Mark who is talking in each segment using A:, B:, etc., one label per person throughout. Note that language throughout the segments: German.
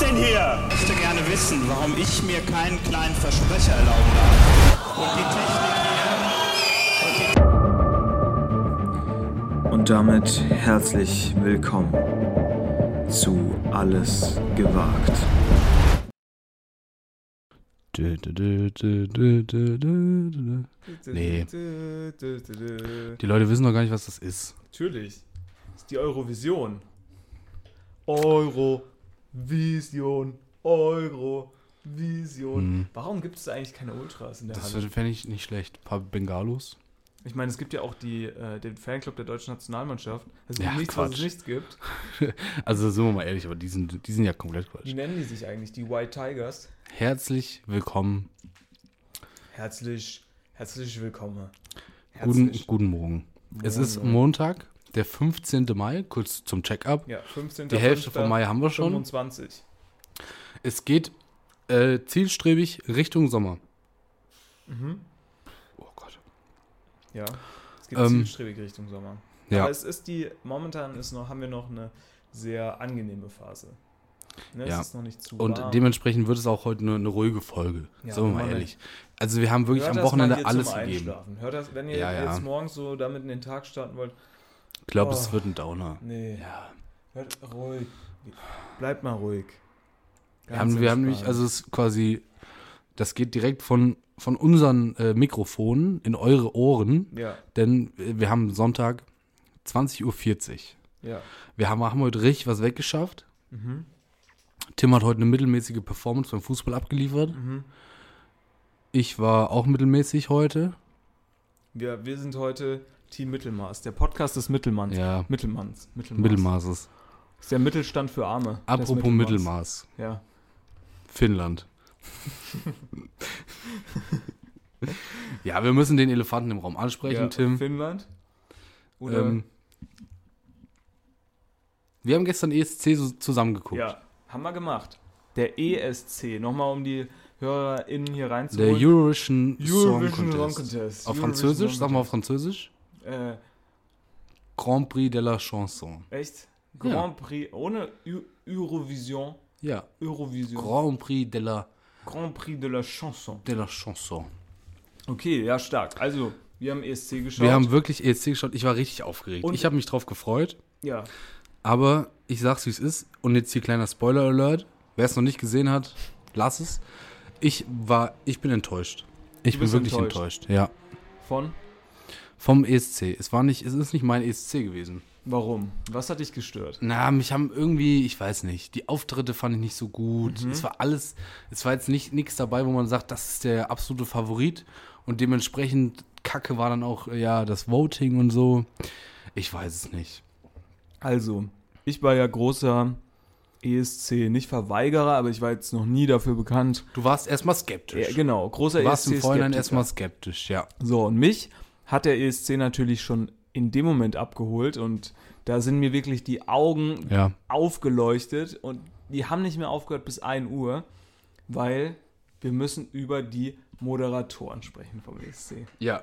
A: denn hier? Ich möchte gerne wissen, warum ich mir keinen kleinen Versprecher erlauben darf. Und die Technik hier.
B: Und damit herzlich willkommen zu Alles gewagt.
C: Dö, dö, dö, dö, dö, dö, dö, dö. Nee. Die Leute wissen doch gar nicht, was das ist.
D: Natürlich. Das ist die Eurovision. Eurovision. Eurovision.
C: Mhm.
D: Warum gibt es da eigentlich keine Ultras in der
C: Das
D: Halle?
C: fände ich nicht schlecht. Ein paar Bengalos.
D: Ich meine, es gibt ja auch die, äh, den Fanclub der deutschen Nationalmannschaft. Also
C: Ja,
D: nichts, was es
C: Quatsch.
D: nichts gibt.
C: Also sind wir mal ehrlich, aber die sind, die sind ja komplett
D: Wie
C: Quatsch.
D: nennen die sich eigentlich? Die White Tigers?
C: Herzlich willkommen.
D: Herzlich, herzlich willkommen.
C: Guten,
D: Herzlich.
C: guten Morgen. Es ist
D: Morgen.
C: Montag, der 15. Mai, kurz zum Check-up.
D: Ja, 15.
C: Die Hälfte vom Mai haben wir schon.
D: 25.
C: Es geht äh, zielstrebig Richtung Sommer. Oh Gott.
D: Ja. Es geht
C: Ähm,
D: zielstrebig Richtung Sommer.
C: Ja.
D: Aber es ist die, momentan ist noch, haben wir noch eine sehr angenehme Phase. Ne,
C: Ja.
D: Es ist noch nicht zu
C: Und
D: warm.
C: dementsprechend wird es auch heute eine, eine ruhige Folge.
D: Ja,
C: Sagen wir mal
D: Moment.
C: ehrlich. Also wir haben wirklich
D: Hört
C: am
D: das mal
C: Wochenende
D: hier
C: alles
D: zum
C: gegeben.
D: Einschlafen. Hört das, wenn ihr
C: Ja, ja.
D: jetzt morgens so damit in den Tag starten wollt,
C: Ich glaube,
D: Oh.
C: es wird ein Downer.
D: nee,
C: Ja.
D: hört ruhig. Bleibt mal ruhig.
C: Wir
D: Ganz
C: haben, wir haben nämlich,
D: entspannt.
C: also es ist quasi, das geht direkt von, von unseren äh, Mikrofonen in eure Ohren,
D: Ja,
C: denn äh, wir haben Sonntag 20.40 Uhr.
D: ja.
C: Wir haben, haben heute richtig was weggeschafft. Tim hat heute eine mittelmäßige Performance beim Fußball abgeliefert. Ich war auch mittelmäßig heute.
D: Wir, wir sind heute Team Mittelmaß. Der Podcast des Mittelmanns.
C: Ja.
D: Mittelmanns. Mittelmaß.
C: Mittelmaßes.
D: Ist der Mittelstand für Arme. des
C: Apropos
D: Mittelmaß.
C: Mittelmaß.
D: Ja.
C: Finnland. ja, wir müssen den Elefanten im Raum ansprechen,
D: ja.
C: Tim.
D: Finnland? Oder?
C: Ähm, wir haben gestern ESC so zusammengeguckt.
D: ja, haben wir gemacht. Der E ESC, nochmal um die HörerInnen hier
C: Der
D: reinzuholen.
C: Eurovision,
D: Eurovision
C: Song Contest.
D: Song Contest.
C: Auf
D: Eurovision
C: Französisch,
D: Song
C: sag mal auf
D: Contest.
C: Französisch.
D: äh,
C: Grand Prix de la Chanson.
D: echt? Grand Prix, ohne Eu- Eurovision.
C: Ja,
D: Eurovision.
C: Grand Prix de la,
D: Grand Prix de la Chanson.
C: de la Chanson.
D: Okay, ja, stark. Also, wir haben ESC geschaut.
C: Wir haben wirklich ESC geschaut. Ich war richtig aufgeregt.
D: Und-
C: ich habe mich drauf gefreut.
D: ja,
C: Aber ich sag's, wie es ist. Und jetzt hier kleiner Spoiler-Alert. Wer es noch nicht gesehen hat, lass es. Ich war, ich bin enttäuscht. Ich bin
D: bist
C: wirklich
D: enttäuscht.
C: enttäuscht. Ja.
D: von?
C: Vom ESC. Es war nicht, es ist nicht mein ESC gewesen.
D: Warum? Was hat dich gestört?
C: Na, mich haben irgendwie, ich weiß nicht, die Auftritte fand ich nicht so gut.
D: Mhm.
C: Es war alles, es war jetzt nicht nichts dabei, wo man sagt, das ist der absolute Favorit. Und dementsprechend Kacke war dann auch, ja, das Voting und so. Ich weiß es nicht.
D: Also, ich war ja großer ESC, nicht Verweigerer, aber ich war jetzt noch nie dafür bekannt.
C: Du warst erstmal skeptisch.
D: Ja, genau, großer
C: Du warst im Vorhinein
D: ESC-Skeptiker.
C: erstmal skeptisch, ja.
D: So, und mich hat der ESC natürlich schon in dem Moment abgeholt und da sind mir wirklich die Augen
C: Ja.
D: aufgeleuchtet und die haben nicht mehr aufgehört bis 1 Uhr, weil wir müssen über die Moderatoren sprechen vom ESC.
C: Ja.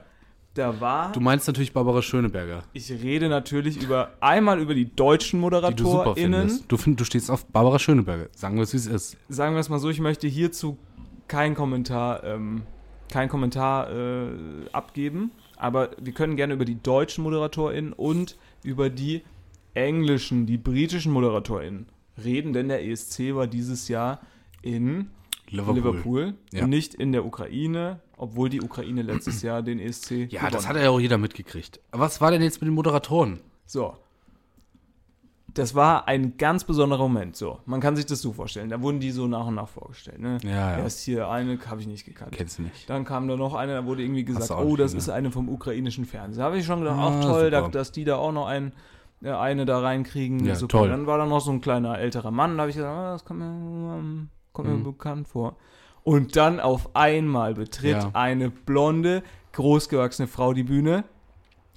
D: Da war,
C: Du meinst natürlich Barbara Schöneberger,
D: ich rede natürlich über einmal über die deutschen
C: die du super
D: ModeratorInnen.
C: findest. Du, find, du stehst auf Barbara Schöneberger. Sagen wir es, wie es ist.
D: Sagen wir es mal so, ich möchte hierzu keinen Kommentar, ähm, keinen Kommentar äh, abgeben, aber wir können gerne über die deutschen ModeratorInnen und über die englischen, die britischen ModeratorInnen reden, denn der ESC war dieses Jahr in Liverpool,
C: Ja.
D: und nicht in der Ukraine, obwohl die Ukraine letztes Jahr den E ESC
C: Ja, das hat ja auch jeder mitgekriegt. Was war denn jetzt mit den Moderatoren?
D: So. Das war ein ganz besonderer Moment. So, man kann sich das so vorstellen. Da wurden die so nach und nach vorgestellt. Ne?
C: Ja, ja.
D: Erst hier eine habe ich nicht gekannt.
C: Kennst du nicht.
D: Dann kam da noch eine, da wurde irgendwie gesagt,
C: du auch
D: oh,
C: nicht
D: das
C: gesehen,
D: ist eine vom ukrainischen Fernsehen. Da habe ich schon gedacht,
C: Ah,
D: ach toll, da,
C: super.
D: dass die da auch noch einen, äh, eine da reinkriegen.
C: Ja,
D: super.
C: toll.
D: Dann war da noch so ein kleiner älterer Mann, da habe ich gesagt, ah, das kommt mir, ähm, kommt mir
C: Mhm.
D: bekannt vor. Und dann auf einmal betritt
C: Ja.
D: eine blonde, großgewachsene Frau die Bühne.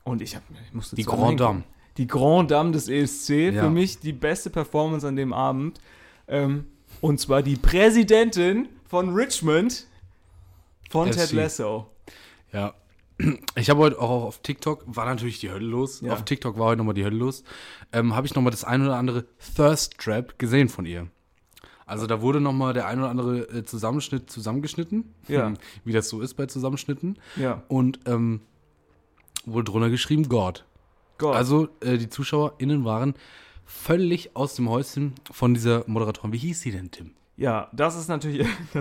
D: Und ich, hab, ich musste
C: Die
D: zweimal
C: Grand
D: hingucken.
C: Dame.
D: Die Grand Dame des ESC.
C: Ja.
D: Für mich die beste Performance an dem Abend. Ähm, und zwar die Präsidentin von Richmond von
C: FC.
D: Ted Lasso.
C: Ja. Ich habe heute auch auf TikTok, war natürlich die Hölle los.
D: Ja.
C: Auf TikTok war heute nochmal die Hölle los. Ähm, habe ich nochmal das ein oder andere Thirst Trap gesehen von ihr. Also da wurde nochmal der ein oder andere äh, Zusammenschnitt zusammengeschnitten,
D: Ja.
C: wie das so ist bei Zusammenschnitten.
D: Ja.
C: Und ähm, wurde drunter geschrieben, God.
D: Gott.
C: Also äh, die ZuschauerInnen waren völlig aus dem Häuschen von dieser Moderatorin. Wie hieß sie denn, Tim?
D: ja, das ist natürlich.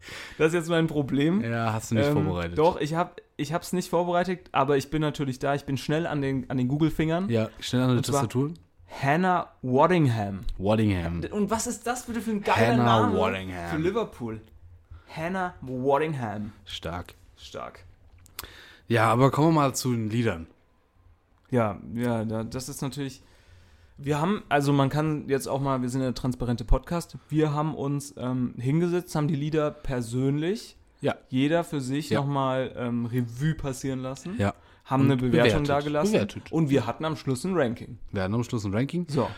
D: Das, das ist jetzt mein Problem.
C: Ja, hast du nicht vorbereitet.
D: ähm, Doch, ich habe ich hab's nicht vorbereitet, aber ich bin natürlich da. Ich bin schnell an den, an den Google-Fingern.
C: Ja, schnell an der
D: Und zwar-
C: Tastatur.
D: Hannah Waddingham.
C: Waddingham.
D: Und was ist das bitte für ein geiler
C: Hannah
D: Name
C: Waddingham.
D: für Liverpool? Hannah Waddingham.
C: Stark.
D: Stark.
C: Ja, aber kommen wir mal zu den Liedern.
D: Ja, ja, da- das ist natürlich. Wir haben, also man kann jetzt auch mal, wir sind ja transparente Podcast, wir haben uns ähm, hingesetzt, haben die Lieder persönlich,
C: Ja.
D: jeder für sich
C: Ja.
D: nochmal ähm, Revue passieren lassen,
C: Ja.
D: haben
C: Und
D: eine Bewertung
C: bewertet,
D: dagelassen
C: bewertet.
D: und wir hatten am Schluss ein Ranking.
C: Wir hatten am Schluss ein Ranking.
D: So.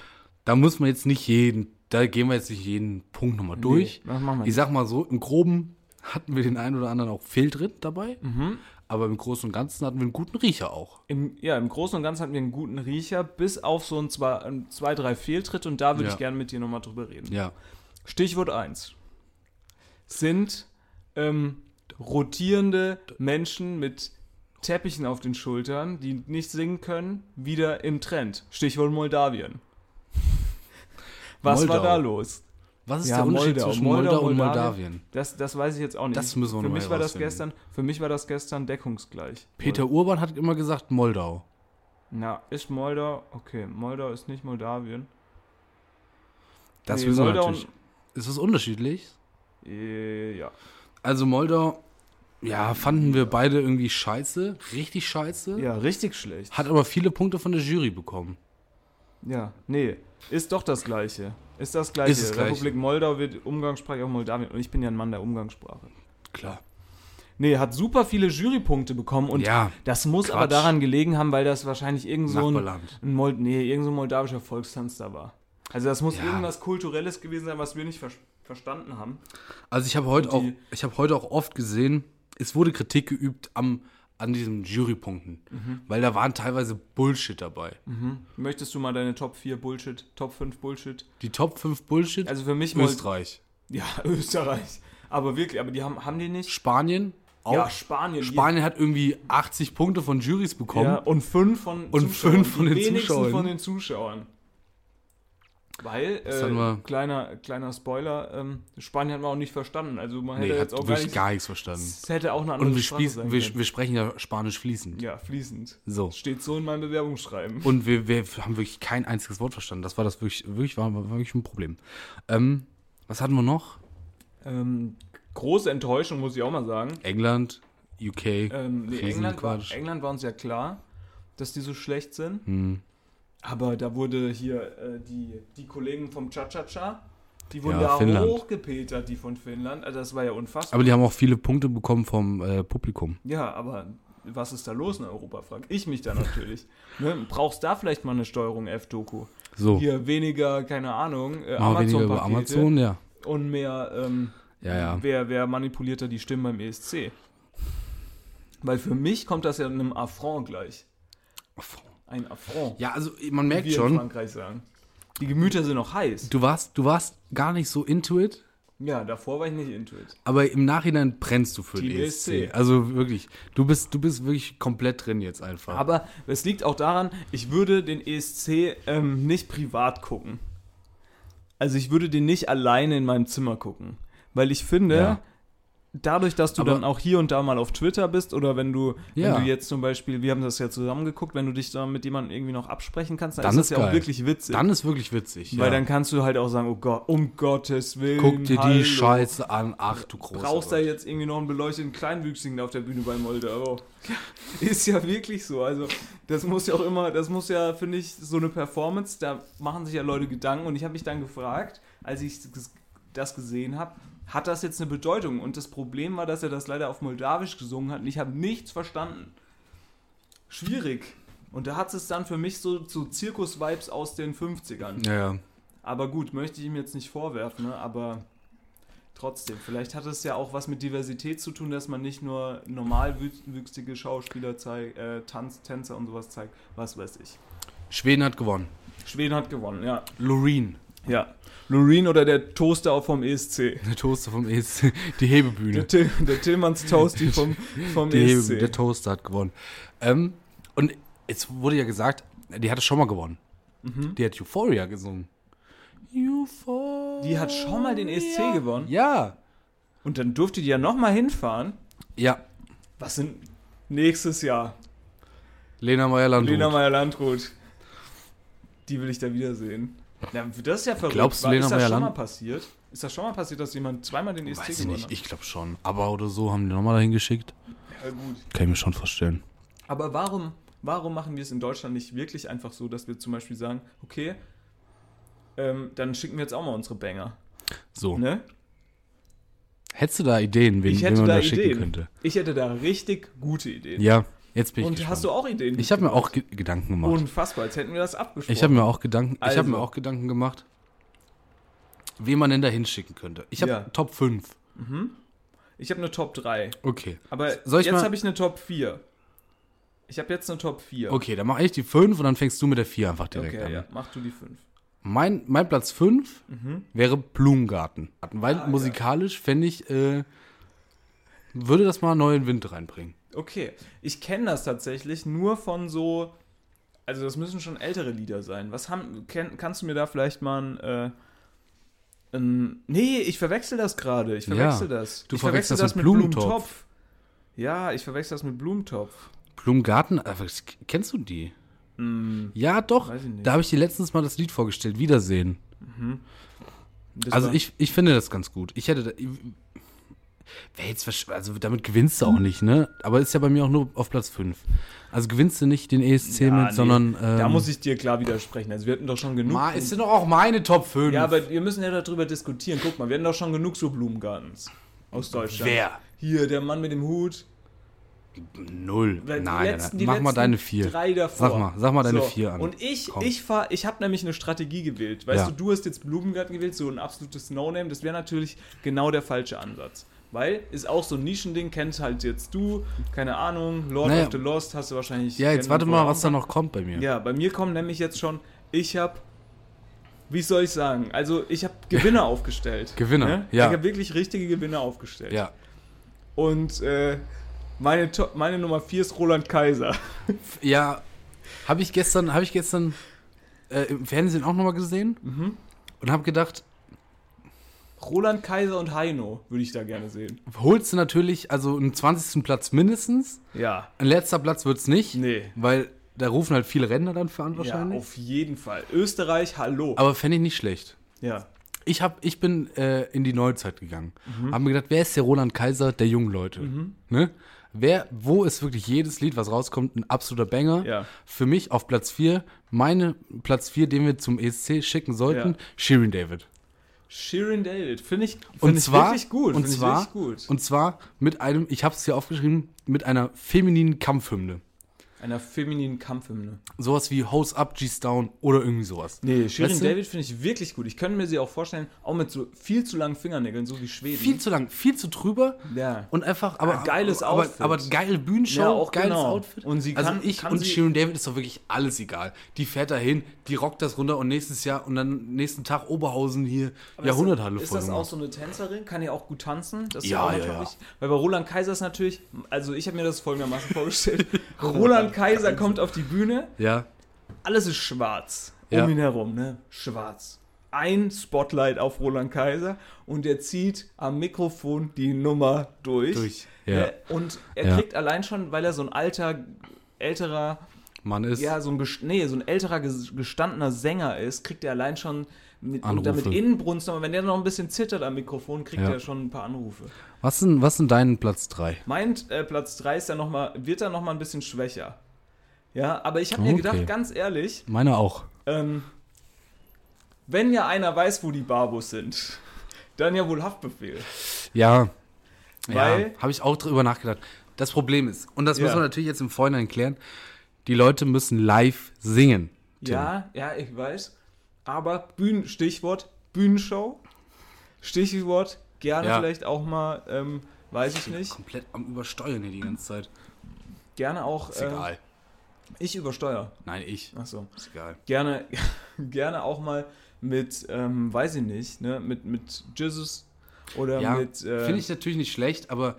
C: Da muss man jetzt nicht jeden, da gehen wir jetzt nicht jeden Punkt nochmal durch.
D: das machen wir
C: ich sag mal so, im Groben hatten wir den einen oder anderen auch Fehltritt dabei.
D: Mhm.
C: Aber im Großen und Ganzen hatten wir einen guten Riecher auch.
D: Im, ja, im Großen und Ganzen hatten wir einen guten Riecher, bis auf so ein zwei, ein zwei drei Fehltritt und da würde
C: Ja.
D: ich gerne mit dir nochmal drüber reden.
C: Ja.
D: Stichwort 1 sind ähm, rotierende Menschen mit Teppichen auf den Schultern, die nicht singen können, wieder im Trend. Stichwort Moldawien. Was war
C: Moldau.
D: da los?
C: Was ist
D: Ja,
C: der Unterschied
D: Moldau,
C: zwischen
D: Moldau,
C: Moldau, und
D: Moldawien.
C: Moldawien?
D: Das, das weiß ich jetzt auch nicht.
C: Das müssen wir
D: für
C: noch
D: mich
C: mal
D: war das
C: herausfinden.
D: gestern, Für mich war das gestern deckungsgleich.
C: Peter Urban hat immer gesagt Moldau.
D: Na, ist Moldau. Okay, Moldau ist nicht Moldawien.
C: Das
D: Nee,
C: wissen wir
D: Moldau
C: natürlich. Ist das unterschiedlich?
D: Äh, Ja.
C: Also Moldau, ja, fanden wir beide irgendwie scheiße, richtig scheiße.
D: ja, richtig schlecht.
C: Hat aber viele Punkte von der Jury bekommen.
D: Ja, nee, ist doch das Gleiche. Ist das Gleiche.
C: Ist das Gleiche.
D: Republik Moldau wird umgangssprachlich auch Moldawien. Und ich bin ja ein Mann der Umgangssprache.
C: Klar.
D: Nee, hat super viele Jurypunkte bekommen. Und
C: Ja,
D: das muss
C: Quatsch.
D: aber daran gelegen haben, weil das wahrscheinlich irgend so ein,
C: Nachbarland.
D: ein, Mold, nee, irgend so ein moldawischer Volkstanz da war. Also das muss
C: Ja.
D: irgendwas Kulturelles gewesen sein, was wir nicht ver verstanden haben.
C: Also ich habe heute
D: Und
C: auch,
D: die-
C: ich habe heute auch oft gesehen, es wurde Kritik geübt am an diesen Jurypunkten,
D: Mhm.
C: weil da waren teilweise Bullshit dabei.
D: Möchtest du mal deine Top 4 Bullshit, Top 5 Bullshit?
C: Die Top 5 Bullshit
D: Also für mich Mold-
C: Österreich,
D: Ja, Österreich. Aber wirklich, aber die haben, haben die nicht?
C: Spanien auch.
D: Ja, Spanien. die-
C: Spanien hat irgendwie 80 Punkte von Jurys bekommen.
D: Ja, und fünf von
C: Und fünf von
D: die
C: den
D: wenigsten
C: Zuschauern.
D: von den Zuschauern. Weil,
C: hatten
D: äh,
C: wir-
D: kleiner, kleiner Spoiler, ähm, Spanien hat man auch nicht verstanden. Also man hätte
C: nee, hat
D: jetzt auch gar
C: wirklich
D: nicht,
C: gar nichts verstanden.
D: Es hätte auch eine andere
C: Und wir,
D: Sprache
C: spieß,
D: sein
C: wir,
D: können.
C: wir sprechen ja Spanisch fließend.
D: Ja, fließend.
C: So.
D: Steht so in meinem Bewerbungsschreiben.
C: Und wir, wir haben wirklich kein einziges Wort verstanden. Das war das wirklich, wirklich, war, war wirklich ein Problem. Ähm, was hatten wir noch?
D: Ähm, große Enttäuschung, muss ich auch mal sagen.
C: England, UK,
D: Ähm, nee,
C: Riesen-
D: England, war,
C: Quatsch.
D: England war uns ja klar, dass die so schlecht sind.
C: Hm.
D: Aber da wurde hier äh, die, die Kollegen vom Cha-Cha-Cha, die wurden
C: Ja,
D: da
C: Finnland.
D: hochgepetert, die von Finnland. Also das war ja unfassbar.
C: Aber die haben auch viele Punkte bekommen vom äh, Publikum.
D: ja, aber was ist da los in Europa, frag ich mich da natürlich. ne? Brauchst da vielleicht mal eine Steuerung F-Doku?
C: So,
D: Hier weniger, keine Ahnung, äh,
C: machen wir weniger über
D: Amazon-Pakete
C: Amazon, ja.
D: und mehr, ähm,
C: Ja, ja.
D: Wer, wer manipuliert da die Stimmen beim ESC? Weil für mich kommt das ja einem Affront gleich. Ein Affront.
C: Ja, also man merkt
D: wie wir in
C: schon,
D: Frankreich sagen. Die Gemüter sind noch heiß.
C: du warst, du warst gar nicht so into it,
D: Ja, davor war ich nicht into it.
C: aber im Nachhinein brennst du für
D: Team
C: den ESC.
D: ESC.
C: Also wirklich, du bist, du bist wirklich komplett drin jetzt einfach.
D: Aber es liegt auch daran, ich würde den ESC ähm, nicht privat gucken. Also ich würde den nicht alleine in meinem Zimmer gucken. Weil ich finde,
C: Ja.
D: dadurch, dass du
C: Aber-
D: dann auch hier und da mal auf Twitter bist oder wenn du,
C: Ja.
D: wenn du jetzt zum Beispiel, wir haben das ja zusammengeguckt, wenn du dich da mit jemandem irgendwie noch absprechen kannst, dann,
C: Dann
D: ist das
C: ist
D: ja auch
C: geil.
D: wirklich witzig.
C: dann ist wirklich witzig.
D: Weil
C: ja.
D: dann kannst du halt auch sagen, oh Gott, um Gottes Willen.
C: Guck dir die
D: hallo.
C: Scheiße an, ach du großer
D: Brauchst da
C: Gott.
D: jetzt irgendwie noch einen beleuchteten Kleinwüchsigen auf der Bühne bei Moldau? Ist ja wirklich so. Also, das muss ja auch immer, das muss ja, finde ich, so eine Performance, da machen sich ja Leute Gedanken. Und ich habe mich dann gefragt, als ich ges- das gesehen habe, hat das jetzt eine Bedeutung? Und das Problem war, dass er das leider auf Moldawisch gesungen hat und ich habe nichts verstanden. Schwierig. Und da hat es dann für mich so, so Zirkus-Vibes aus den 50ern.
C: Ja, ja.
D: Aber gut, möchte ich ihm jetzt nicht vorwerfen, ne? aber trotzdem, vielleicht hat es ja auch was mit Diversität zu tun, dass man nicht nur normalwüchsige Schauspieler zeigt, äh, Tanz, Tänzer und sowas zeigt, was weiß ich.
C: Schweden hat gewonnen.
D: Schweden hat gewonnen, ja.
C: Loreen.
D: Ja. Loreen oder der Toaster auch vom ESC.
C: Der Toaster vom ESC. Die Hebebühne.
D: Der, Till, der Tillmanns Toasty vom, vom E
C: Die Hebebühne. Der
D: ESC.
C: Toaster hat gewonnen. Ähm, und jetzt wurde ja gesagt, die hatte schon mal gewonnen.
D: Mhm.
C: Die hat Euphoria gesungen. Euphoria.
D: Die hat schon mal den ESC gewonnen.
C: Ja.
D: Und dann durfte die ja nochmal hinfahren.
C: Ja.
D: Was sind nächstes Jahr?
C: Lena Meyer-Landrut.
D: Lena Meyer-Landrut. Die will ich da wiedersehen. Na, das ist ja verrückt.
C: Glaubst du,
D: War-
C: Lena
D: ist das schon
C: Meyer-Land-
D: mal passiert? Ist das schon mal passiert, dass jemand zweimal den ESC
C: Weiß ich
D: gewonnen
C: nicht,
D: hat?
C: ich glaube schon. Aber oder so haben die nochmal dahin geschickt.
D: Ja, gut.
C: Kann ich mir schon vorstellen.
D: Aber warum, warum machen wir es in Deutschland nicht wirklich einfach so, dass wir zum Beispiel sagen, okay, ähm, dann schicken wir jetzt auch mal unsere Banger.
C: So.
D: Ne?
C: Hättest du da Ideen, wen,
D: Ich
C: wen
D: hätte
C: man da,
D: da
C: schicken
D: Ideen.
C: könnte?
D: Ich hätte da richtig gute Ideen.
C: Ja, jetzt bin ich
D: Und
C: gespannt.
D: hast du auch Ideen?
C: ich habe mir auch ge Gedanken gemacht.
D: Unfassbar, als hätten wir das abgesprochen.
C: Ich habe mir auch Gedanken, ich habe
D: Also.
C: mir auch Gedanken gemacht, wen man denn da hinschicken könnte. Ich habe
D: Ja.
C: Top 5.
D: Ich hab eine Top 3.
C: Okay.
D: Aber
C: Soll ich
D: jetzt
C: mal-
D: habe ich eine Top 4. Ich habe jetzt eine Top 4.
C: Okay, dann mache ich die 5 und dann fängst du mit der 4 einfach direkt
D: Okay,
C: an.
D: ja. Mhm. mach du die 5.
C: Mein, mein Platz 5 wäre Blumengarten.
D: Ah,
C: Weil musikalisch fände ich, äh, würde das mal neuen Wind reinbringen.
D: Okay, ich kenne das tatsächlich nur von so, also das müssen schon ältere Lieder sein. Was haben, kenn, kannst du mir da vielleicht mal ein, äh, ein nee, ich verwechsel das gerade, ich verwechsel
C: Ja,
D: das.
C: du
D: ich
C: verwechselst das mit Blumentopf.
D: Ja, ich verwechsel das mit Blumentopf.
C: Blumengarten, äh, was- kennst du die? Ja, doch.
D: Hm. Weiß ich nicht.
C: Da habe ich dir letztens mal das Lied vorgestellt, Wiedersehen.
D: Das
C: also
D: war-
C: ich, ich finde das ganz gut. Ich hätte, da- ich- wär jetzt, versch- also damit gewinnst du auch nicht, ne? Aber ist ja bei mir auch nur auf Platz 5. Also gewinnst du nicht den ESC
D: Ah,
C: mit,
D: nee,
C: sondern...
D: da
C: ähm,
D: muss ich dir klar widersprechen. Also wir hatten doch schon genug.
C: Ma, ist ja doch auch meine Top 5.
D: ja, aber wir müssen ja darüber diskutieren. Guck mal, wir hatten doch schon genug so Blumengartens aus Deutschland.
C: Wer?
D: Hier, der Mann mit dem Hut.
C: Null.
D: Weil
C: Nein,
D: die
C: nein,
D: letzten-
C: nein.
D: die
C: mach mal
D: letzten
C: deine 4.
D: Drei davor.
C: Sag mal- sag mal deine vier an.
D: Und ich,
C: Komm.
D: ich fahr, ich habe nämlich eine Strategie gewählt. Weißt
C: Ja.
D: du, du hast jetzt Blumengarten gewählt, so ein absolutes No-Name. Das wäre natürlich genau der falsche Ansatz. Weil ist auch so ein Nischending, kennt halt jetzt du, keine Ahnung, Lord
C: Naja.
D: of the Lost hast du wahrscheinlich.
C: Ja, jetzt
D: kennen
C: warte
D: wir
C: mal,
D: vorher
C: was
D: auch.
C: da noch kommt bei mir.
D: Ja, bei mir kommen nämlich jetzt schon, ich habe, wie soll ich sagen, also ich habe Gewinner aufgestellt. Ne?
C: Gewinner,
D: Ich
C: ja.
D: habe wirklich richtige Gewinner aufgestellt.
C: Ja.
D: Und äh, meine, Top- meine Nummer 4 ist Roland Kaiser.
C: Ja, habe ich gestern, habe ich gestern äh, im Fernsehen auch nochmal gesehen
D: Mhm.
C: und habe gedacht,
D: Roland Kaiser und Heino würde ich da gerne sehen.
C: holst du natürlich also einen 20. Platz mindestens.
D: Ja.
C: Ein letzter Platz wird's nicht,
D: Nee.
C: weil da rufen halt viele Ränder dann für an
D: Ja,
C: wahrscheinlich.
D: auf jeden Fall. Österreich, hallo.
C: Aber fände ich nicht schlecht.
D: ja.
C: Ich, hab, ich bin äh, in die Neuzeit gegangen.
D: Mhm.
C: Haben mir gedacht, wer ist der Roland Kaiser der jungen Leute? Ne? Wer, wo ist wirklich jedes Lied, was rauskommt, ein absoluter Banger?
D: Ja.
C: Für mich auf Platz 4, meine Platz 4, den wir zum ESC schicken sollten,
D: Ja.
C: Shirin David.
D: Shirin David, finde ich, find
C: Und
D: ich
C: zwar,
D: wirklich gut.
C: und
D: find
C: zwar,
D: ich wirklich gut.
C: und zwar mit einem, ich habe es hier aufgeschrieben, mit einer femininen Kampfhymne.
D: Einer femininen Kampfhymne.
C: Sowas wie Hose Up, G's Down oder irgendwie sowas.
D: Nee, Shirin
C: Weißt du?
D: David finde ich wirklich gut. Ich könnte mir sie auch vorstellen, auch mit so viel zu langen Fingernägeln, so wie Schweden.
C: Viel zu lang, viel zu drüber.
D: Mhm. Ja.
C: Und einfach, aber.
D: Ja, geiles
C: aber,
D: Outfit.
C: Aber, aber geile Bühnenshow,
D: Ja, auch
C: geiles
D: genau.
C: Outfit.
D: Und sie kann-
C: also ich
D: kann
C: und
D: sie-
C: Shirin David ist doch wirklich alles egal. Die fährt da hin, die rockt das runter und nächstes Jahr und dann nächsten Tag Oberhausen hier Jahrhunderthalle
D: Ist das
C: voll
D: auch so eine Tänzerin? Kann ja auch gut tanzen? Das ist
C: Ja,
D: auch
C: ja,
D: natürlich-
C: ja.
D: Weil bei Roland Kaiser ist natürlich, also ich habe mir das folgendermaßen vorgestellt. Roland Kaiser kommt auf die Bühne,
C: Ja,
D: alles ist schwarz
C: Ja.
D: um ihn herum, ne? Schwarz. Ein Spotlight auf Roland Kaiser und er zieht am Mikrofon die Nummer durch.
C: Durch, ja.
D: Ne? Und er
C: Ja.
D: kriegt allein schon, weil er so ein alter, älterer,
C: Mann ist.
D: ja, so ein, gest- nee, so ein älterer ges- gestandener Sänger ist, kriegt er allein schon mit, und
C: Anrufe.
D: damit Innenbrunst, aber wenn der noch ein bisschen zittert am Mikrofon, kriegt
C: Ja.
D: er schon ein paar Anrufe.
C: Was sind, was sind deinen Platz 3?
D: Mein äh, Platz 3 ist dann noch mal, wird dann nochmal ein bisschen schwächer. Ja, aber ich habe mir
C: Okay.
D: gedacht, ganz ehrlich,
C: Meiner auch.
D: ähm, wenn ja einer weiß, wo die Barbos sind, dann ja wohl Haftbefehl.
C: Ja.
D: Weil-
C: ja, habe ich auch drüber nachgedacht. Das Problem ist, und das
D: Ja.
C: müssen wir natürlich jetzt im Vorhinein klären, die Leute müssen live singen. Tim.
D: Ja, ja, ich weiß. Aber Bühnen, Stichwort Bühnenshow. Stichwort gerne
C: Ja.
D: vielleicht auch mal, ähm, weiß ich nicht,
C: Komplett am Übersteuern hier die ganze Zeit.
D: gerne auch.
C: Ist
D: äh,
C: egal.
D: Ich übersteuere.
C: Nein, ich.
D: Achso.
C: Ist egal.
D: Gerne, gerne auch mal mit, ähm, weiß ich nicht, ne, mit, mit Jesus oder
C: Ja,
D: mit, äh,
C: Finde ich natürlich nicht schlecht, aber.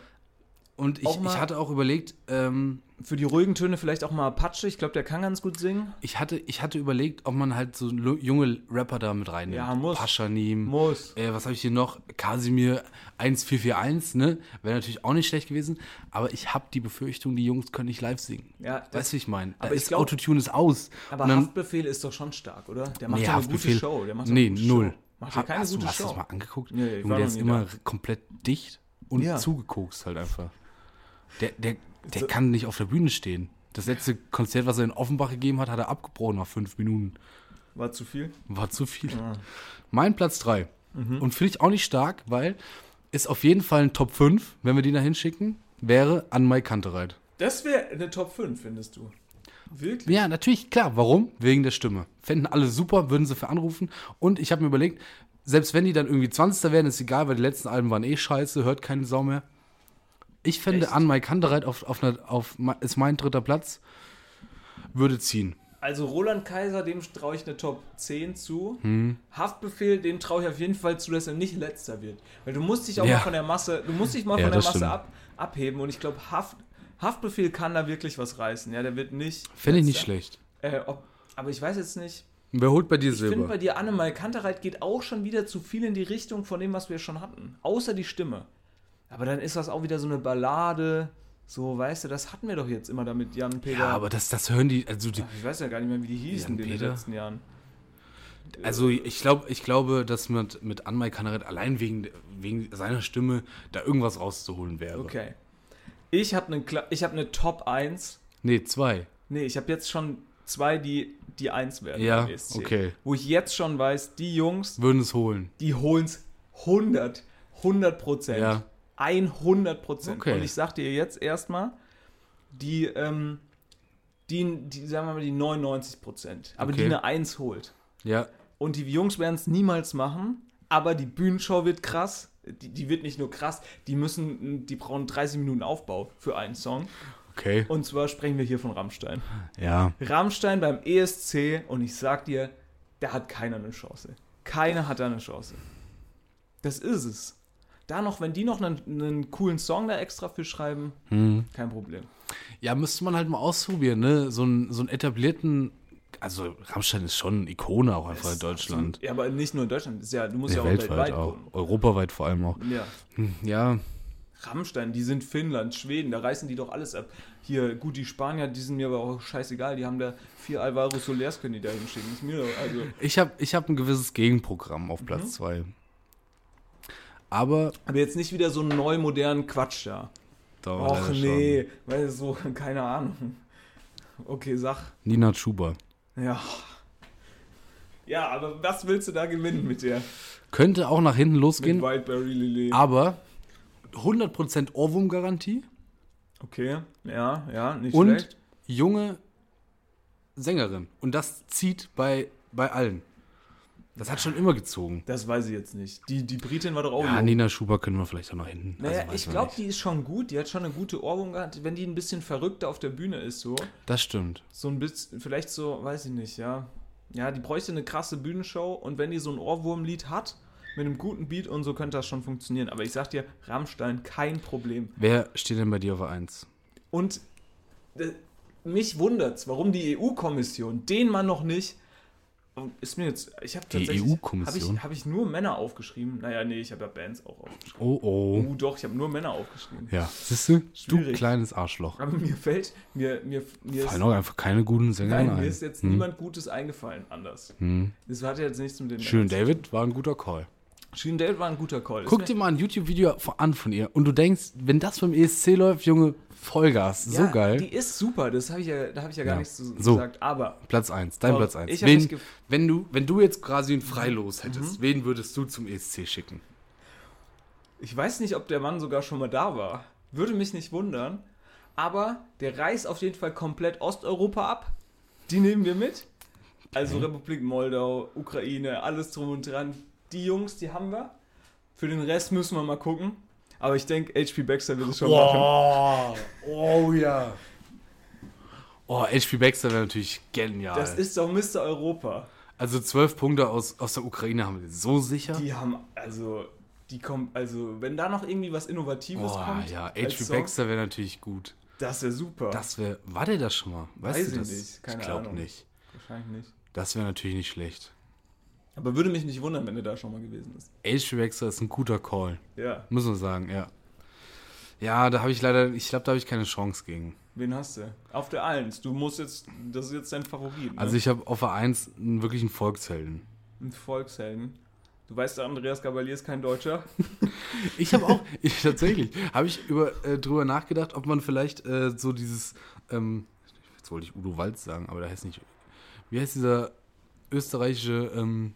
C: Und ich,
D: Auch mal-
C: ich hatte auch überlegt, ähm,
D: für die ruhigen Töne vielleicht auch mal Apache. Ich glaube, der kann ganz gut singen.
C: ich, hatte, ich hatte überlegt, ob man halt so lu- junge Rapper da mit reinnimmt.
D: Ja, muss.
C: Paschanim.
D: Muss.
C: Äh, was habe ich hier noch? Kasimir 1441, ne? Wäre natürlich auch nicht schlecht gewesen, aber ich habe die Befürchtung, die Jungs können nicht live singen.
D: Ja,
C: weißt du, wie ich meine? Da
D: aber ich
C: ist
D: glaub-
C: Autotune ist aus.
D: Aber
C: Und dann-
D: Haftbefehl ist doch schon stark, oder? Der macht
C: Nee,
D: ja eine
C: Haftbefehl-
D: gute Show. Der macht ja
C: nee,
D: eine gute
C: null.
D: Show. Macht ja
C: Ha-
D: keine
C: hast,
D: gute
C: du, hast
D: Show.
C: du das mal angeguckt?
D: Nee, ich
C: Junge,
D: war
C: der
D: noch
C: ist
D: nie
C: immer komplett dicht und
D: Ja.
C: zugekokst halt einfach. Der, der, der kann nicht auf der Bühne stehen. Das letzte Konzert, was er in Offenbach gegeben hat, hat er abgebrochen nach fünf Minuten.
D: War zu viel?
C: War zu viel. Mein Platz 3.
D: Mhm.
C: Und finde ich auch nicht stark, weil ist auf jeden Fall ein Top 5, wenn wir die da hinschicken, wäre an Mai Kantereit.
D: Das wäre eine Top 5, findest du. Wirklich?
C: Ja, natürlich, klar. Warum? Wegen der Stimme. Fänden alle super, würden sie für anrufen. Und ich habe mir überlegt, selbst wenn die dann irgendwie 20. werden, ist egal, weil die letzten Alben waren eh scheiße, hört keine Sau mehr. Ich fände
D: Echt?
C: an Mike Handereit auf, auf, einer- auf, ist mein dritter Platz, würde ziehen.
D: Also Roland Kaiser, dem traue ich eine Top 10 zu.
C: Hm.
D: Haftbefehl, dem traue ich auf jeden Fall zu, dass er nicht letzter wird. Weil du musst dich auch
C: Ja.
D: mal von der Masse, du musst dich mal
C: Ja,
D: von der
C: das
D: Masse
C: stimmt.
D: ab, abheben und ich glaube, Haft, Haftbefehl kann da wirklich was reißen. Ja, der wird nicht.
C: Fände ich nicht
D: letzter.
C: schlecht.
D: Äh, ob, aber ich weiß jetzt nicht.
C: Wer holt bei dir
D: Ich finde bei
C: Silber?
D: dir, Annemal Kantereit geht auch schon wieder zu viel in die Richtung von dem, was wir schon hatten. Außer die Stimme. Aber dann ist das auch wieder so eine Ballade. So, weißt du, das hatten wir doch jetzt immer damit, Jan Peter.
C: Ja, aber das, das hören die. Also, die,
D: Ach, ich weiß ja gar nicht mehr, wie die hießen in den
C: Peter?
D: letzten Jahren.
C: also ich, glaub, ich glaube, dass mit, mit Anmai Kantereit allein wegen, wegen seiner Stimme da irgendwas rauszuholen wäre.
D: Okay. Ich habe eine ich hab ne Top 1.
C: Nee, zwei.
D: Nee, ich habe jetzt schon zwei, die die 1 werden.
C: Ja,
D: beim ESC.
C: okay.
D: Wo ich jetzt schon weiß, die Jungs,
C: Würden es holen.
D: die holen's 100. 100 Prozent.
C: Ja.
D: 100 Prozent.
C: Okay.
D: Und ich sag dir jetzt erstmal, die, ähm, die, die, sagen wir mal, die 99 Prozent. Aber die
C: Okay.
D: eine 1 holt.
C: Ja,
D: Und die Jungs werden es niemals machen, aber die Bühnenshow wird krass. Die, die wird nicht nur krass, die müssen, die brauchen 30 Minuten Aufbau für einen Song.
C: okay.
D: Und zwar sprechen wir hier von Rammstein.
C: Ja.
D: Rammstein beim ESC und ich sag dir, da hat keiner eine Chance. Keiner hat da eine Chance. Das ist es. Da noch, wenn die noch einen, einen coolen Song da extra für schreiben,
C: Hm.
D: kein Problem.
C: Ja, müsste man halt mal ausprobieren, ne? So einen, so einen etablierten. Also, Rammstein ist schon eine Ikone auch einfach in Deutschland.
D: Ja, aber nicht nur in Deutschland. Das Ist ja, du musst
C: Nee,
D: ja auch
C: weltweit,
D: weltweit, Hm.
C: auch.
D: gucken.
C: Europaweit vor allem auch.
D: Ja.
C: Ja,
D: Rammstein, die sind Finnland, Schweden, da reißen die doch alles ab. Hier, gut, die Spanier, die sind mir aber auch scheißegal. Die haben da vier Alvaro Solers, können die da hinschicken. Ist mir doch, also.
C: ich habe ich hab ein gewisses Gegenprogramm auf
D: Mhm.
C: Platz 2. Aber.
D: Aber jetzt nicht wieder so einen neu modernen Quatsch da.
C: Da war
D: Och
C: leider
D: nee, weil so, keine Ahnung. Okay, sag.
C: Schon. Nina Chuba.
D: Ja. Ja, aber was willst du da gewinnen mit der?
C: Könnte auch nach hinten
D: Mit
C: losgehen,
D: Wildberry Lily.
C: aber 100% Ohrwurmgarantie
D: Okay, ja, ja, nicht
C: und
D: schlecht.
C: junge Sängerin. Und das zieht bei, bei allen. Das hat schon immer gezogen.
D: Das weiß ich jetzt nicht. Die, die Britin war doch auch
C: Ja,
D: jung.
C: Nina Schuber können wir vielleicht auch noch hinten.
D: Oh. Naja,
C: Also weiß
D: ich
C: man
D: glaube,
C: nicht.
D: die ist schon gut. Die hat schon eine gute Ohrwurm gehabt. Wenn die ein bisschen verrückter auf der Bühne ist, so.
C: Das stimmt.
D: So ein bisschen, vielleicht so, weiß ich nicht, ja. Ja, die bräuchte eine krasse Bühnenshow und wenn die so ein Ohrwurmlied hat, mit einem guten Beat und so könnte das schon funktionieren. Aber ich sag dir, Rammstein, kein Problem.
C: Wer steht denn bei dir auf 1?
D: Und äh, mich wundert's, warum die EU-Kommission den Mann noch nicht. Und Ist mir jetzt. Ich habe
C: Die E
D: tatsächlich.
C: EU-Kommission?
D: Habe ich, hab ich nur Männer aufgeschrieben? Naja, nee, ich habe ja Bands auch aufgeschrieben.
C: Oh, oh.
D: Uh, doch, ich habe nur Männer aufgeschrieben.
C: Ja, siehst du? Du
D: Schwierig.
C: kleines Arschloch.
D: Aber mir fällt. Mir, mir, mir ist,
C: Fallen auch einfach keine guten Sänger
D: nein, mir
C: ein.
D: ist jetzt niemand Gutes eingefallen anders. Das hat jetzt nichts mit dem.
C: Hm. Schön, David war ein guter Call.
D: Schön, Dave war ein guter Call. Ist
C: Guck
D: mir-
C: dir mal ein YouTube-Video von- an von ihr und du denkst, wenn das beim ESC läuft, Junge, Vollgas.
D: ja,
C: so geil.
D: Die ist super, das habe ich ja, da habe ich ja gar
C: Ja.
D: nichts zu
C: So.
D: gesagt. Aber
C: Platz 1, dein
D: Oh,
C: Platz 1.
D: ich hab mich
C: Wen,
D: gef- Mhm.
C: wenn, du, wenn du jetzt quasi ein Freilos hättest, wen würdest du zum ESC schicken?
D: Ich weiß nicht, ob der Mann sogar schon mal da war. Würde mich nicht wundern. Aber der reißt auf jeden Fall komplett Osteuropa ab. Die nehmen wir mit. Also Republik Moldau, Ukraine, alles drum und dran. Die Jungs, die haben wir. Für den Rest müssen wir mal gucken. Aber ich denke, HP Baxter wird es schon machen.
C: Oh, oh ja. Oh, HP Baxter wäre natürlich genial.
D: Das ist doch Mr. Europa.
C: Also zwölf Punkte aus, aus der Ukraine haben wir so sicher.
D: Die haben, also, die kommen, also, wenn da noch irgendwie was Innovatives
C: Boah,
D: kommt.
C: ja,
D: als
C: HP
D: Song,
C: Baxter wäre natürlich gut.
D: Das wäre super.
C: Das wäre, war der das schon mal? Weißt
D: Weiß
C: du
D: ich
C: das?
D: nicht, keine
C: ich glaube
D: Ahnung.
C: nicht.
D: Wahrscheinlich nicht.
C: Das wäre natürlich nicht schlecht.
D: Aber würde mich nicht wundern, wenn der da schon mal gewesen ist.
C: HP Baxter ist ein guter Call.
D: Ja.
C: Muss man sagen, ja. Ja, da habe ich leider, ich glaube, da habe ich keine Chance gegen.
D: Wen hast du? Auf der Eins. Du musst jetzt, das ist jetzt dein Favorit. Ne?
C: Also ich habe auf der 1 einen wirklichen Volkshelden.
D: Ein Volkshelden. Du weißt, Andreas Gabalier ist kein Deutscher.
C: Ich habe auch, ich, tatsächlich, habe ich über, äh, drüber nachgedacht, ob man vielleicht äh, so dieses, ähm, jetzt wollte ich Udo Walz sagen, aber der heißt nicht, wie heißt dieser österreichische ähm,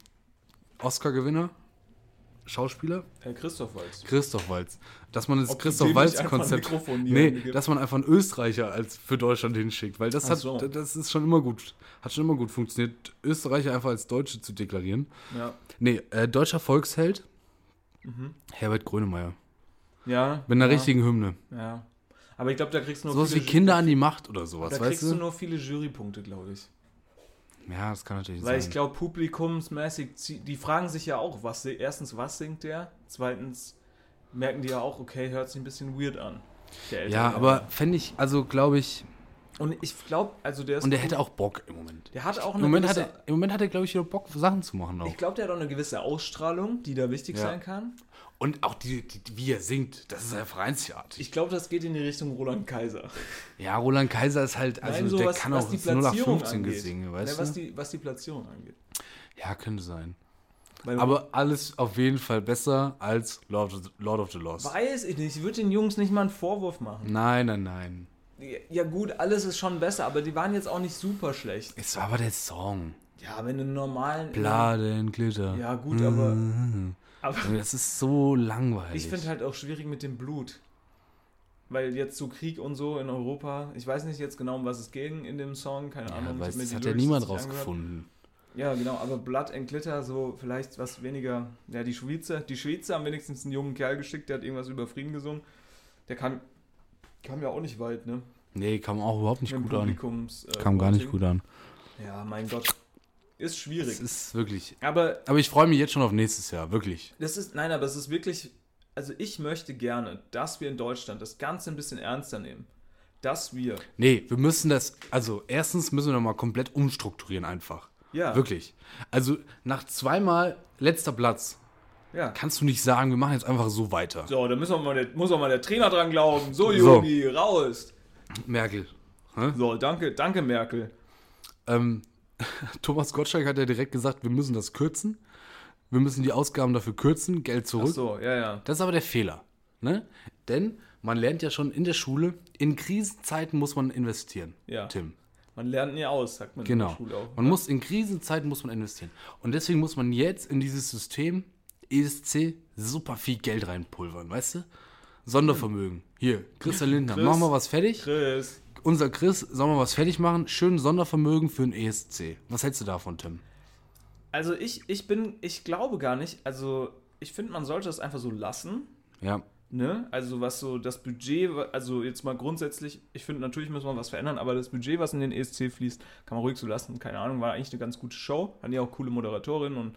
C: Oscar-Gewinner? Schauspieler?
D: Herr Christoph Walz.
C: Christoph Walz. Dass man das
D: Ob du
C: Christoph
D: dem nicht einfach ein
C: Walz-Konzept.
D: Mikrofon in die Hände
C: Nee,
D: gibst?
C: dass man einfach einen Österreicher als für Deutschland hinschickt, weil das
D: Ach
C: hat,
D: so.
C: das ist schon immer gut, hat schon immer gut funktioniert, Österreicher einfach als Deutsche zu deklarieren.
D: Ja.
C: Nee, äh, deutscher Volksheld, Herbert Grönemeyer.
D: Ja.
C: Mit einer
D: Mhm. ja,
C: richtigen Hymne.
D: Ja. Aber ich glaube, da kriegst du nur
C: Sowas wie
D: viele
C: Kinder an die Macht oder sowas,
D: Da
C: weißt
D: kriegst du
C: du?
D: nur viele Jurypunkte, glaube ich.
C: Ja, das kann natürlich
D: Weil ich
C: sein.
D: glaube, publikumsmäßig, zie- die fragen sich ja auch, was, si- erstens, was singt der? Zweitens merken die ja auch, okay, hört sich ein bisschen weird an. der ältere
C: ja,
D: Herr.
C: aber fände ich, also glaube ich,
D: Und ich glaube, also der ist.
C: und der hätte auch Bock im Moment.
D: der hat auch
C: Im
D: eine
C: Moment hat
D: gewisse,
C: er, im Moment hat er glaube ich, wieder Bock, Sachen zu machen auch.
D: Ich glaube, der hat auch eine gewisse Ausstrahlung, die da wichtig
C: Ja.
D: sein kann.
C: Und auch die, die, wie er singt, das ist einfach einzigartig.
D: Ich glaube, das geht in die Richtung Roland Kaiser.
C: Ja, Roland Kaiser ist halt, also
D: Nein, so
C: der
D: was-
C: kann
D: was
C: auch
D: die
C: das 0 nach
D: Platzierung
C: 15
D: angeht.
C: gesingen,
D: Ne,
C: weißt
D: was
C: du?
D: die, was die Platzierung angeht.
C: Ja, könnte sein.
D: Weil
C: Aber alles auf jeden Fall besser als Lord of the, Lord of the Lost.
D: weiß ich nicht, ich würde den Jungs nicht mal einen Vorwurf machen.
C: Nein, nein, nein.
D: Ja gut, alles ist schon besser, aber die waren jetzt auch nicht super schlecht.
C: Es war aber der Song.
D: Ja, wenn du einen normalen...
C: Bladen, Glitter.
D: Ja gut, aber...
C: Hm.
D: aber
C: Junge, Das ist so langweilig.
D: ich finde halt auch schwierig mit dem Blut. Weil jetzt so Krieg und so in Europa, ich weiß nicht jetzt genau, um was es ging in dem Song, keine Ahnung.
C: ja,
D: ich
C: weil
D: hab mir
C: das
D: die
C: hat ja
D: Lyrics
C: niemand
D: nicht angehört.
C: rausgefunden.
D: Ja, genau, aber Blood and Glitter, so vielleicht was weniger. Ja, die Schweizer, die Schweizer haben wenigstens einen jungen Kerl geschickt, der hat irgendwas über Frieden gesungen. Der kam, kam ja auch nicht weit, ne?
C: Nee, kam auch überhaupt nicht
D: Mit dem
C: gut an.
D: Publikums, äh,
C: Kam gar nicht
D: Voting.
C: gut an.
D: Ja, mein Gott. Ist
C: Es
D: schwierig.
C: ist wirklich.
D: Aber
C: Aber ich freue mich jetzt schon auf nächstes Jahr, wirklich.
D: das ist, nein, aber es ist wirklich, also ich möchte gerne, dass wir in Deutschland das Ganze ein bisschen ernster nehmen. Dass wir,
C: Nee, wir müssen das. Also, erstens müssen wir nochmal komplett umstrukturieren, einfach.
D: ja,
C: Wirklich. Also, nach zweimal letzter Platz
D: ja.
C: kannst du nicht sagen, wir machen jetzt einfach so weiter.
D: So, da muss auch, mal der, muss auch mal der Trainer dran glauben. So,
C: So.
D: Yogi, raus.
C: Merkel.
D: So, danke, danke, Merkel.
C: Ähm, Thomas Gottschalk hat ja direkt gesagt, wir müssen das kürzen. Wir müssen die Ausgaben dafür kürzen, Geld
D: Ach
C: zurück.
D: so, ja, ja.
C: Das ist aber der Fehler. Ne? Denn man lernt ja schon in der Schule, in Krisenzeiten muss man investieren.
D: Ja.
C: Tim.
D: Man lernt nie aus, sagt man in
C: Genau.
D: der Schule auch.
C: Man muss in Krisenzeiten muss man investieren. Und deswegen muss man jetzt in dieses System ESC super viel Geld reinpulvern, weißt du? Sondervermögen. Hier, Christian Lindner,
D: Chris.
C: machen wir was fertig.
D: Chris,
C: Unser Chris, sollen wir was fertig machen? Schön Sondervermögen für ein ESC. Was hältst du davon, Tim?
D: also ich, ich bin, ich glaube gar nicht, also ich finde, man sollte das einfach so lassen.
C: Ja.
D: Ne? Also was so das Budget, wa- also jetzt mal grundsätzlich, ich finde natürlich muss man was verändern, aber das Budget, was in den ESC fließt, kann man ruhig so lassen. Keine Ahnung, war eigentlich eine ganz gute Show, hatten ja auch coole Moderatorinnen und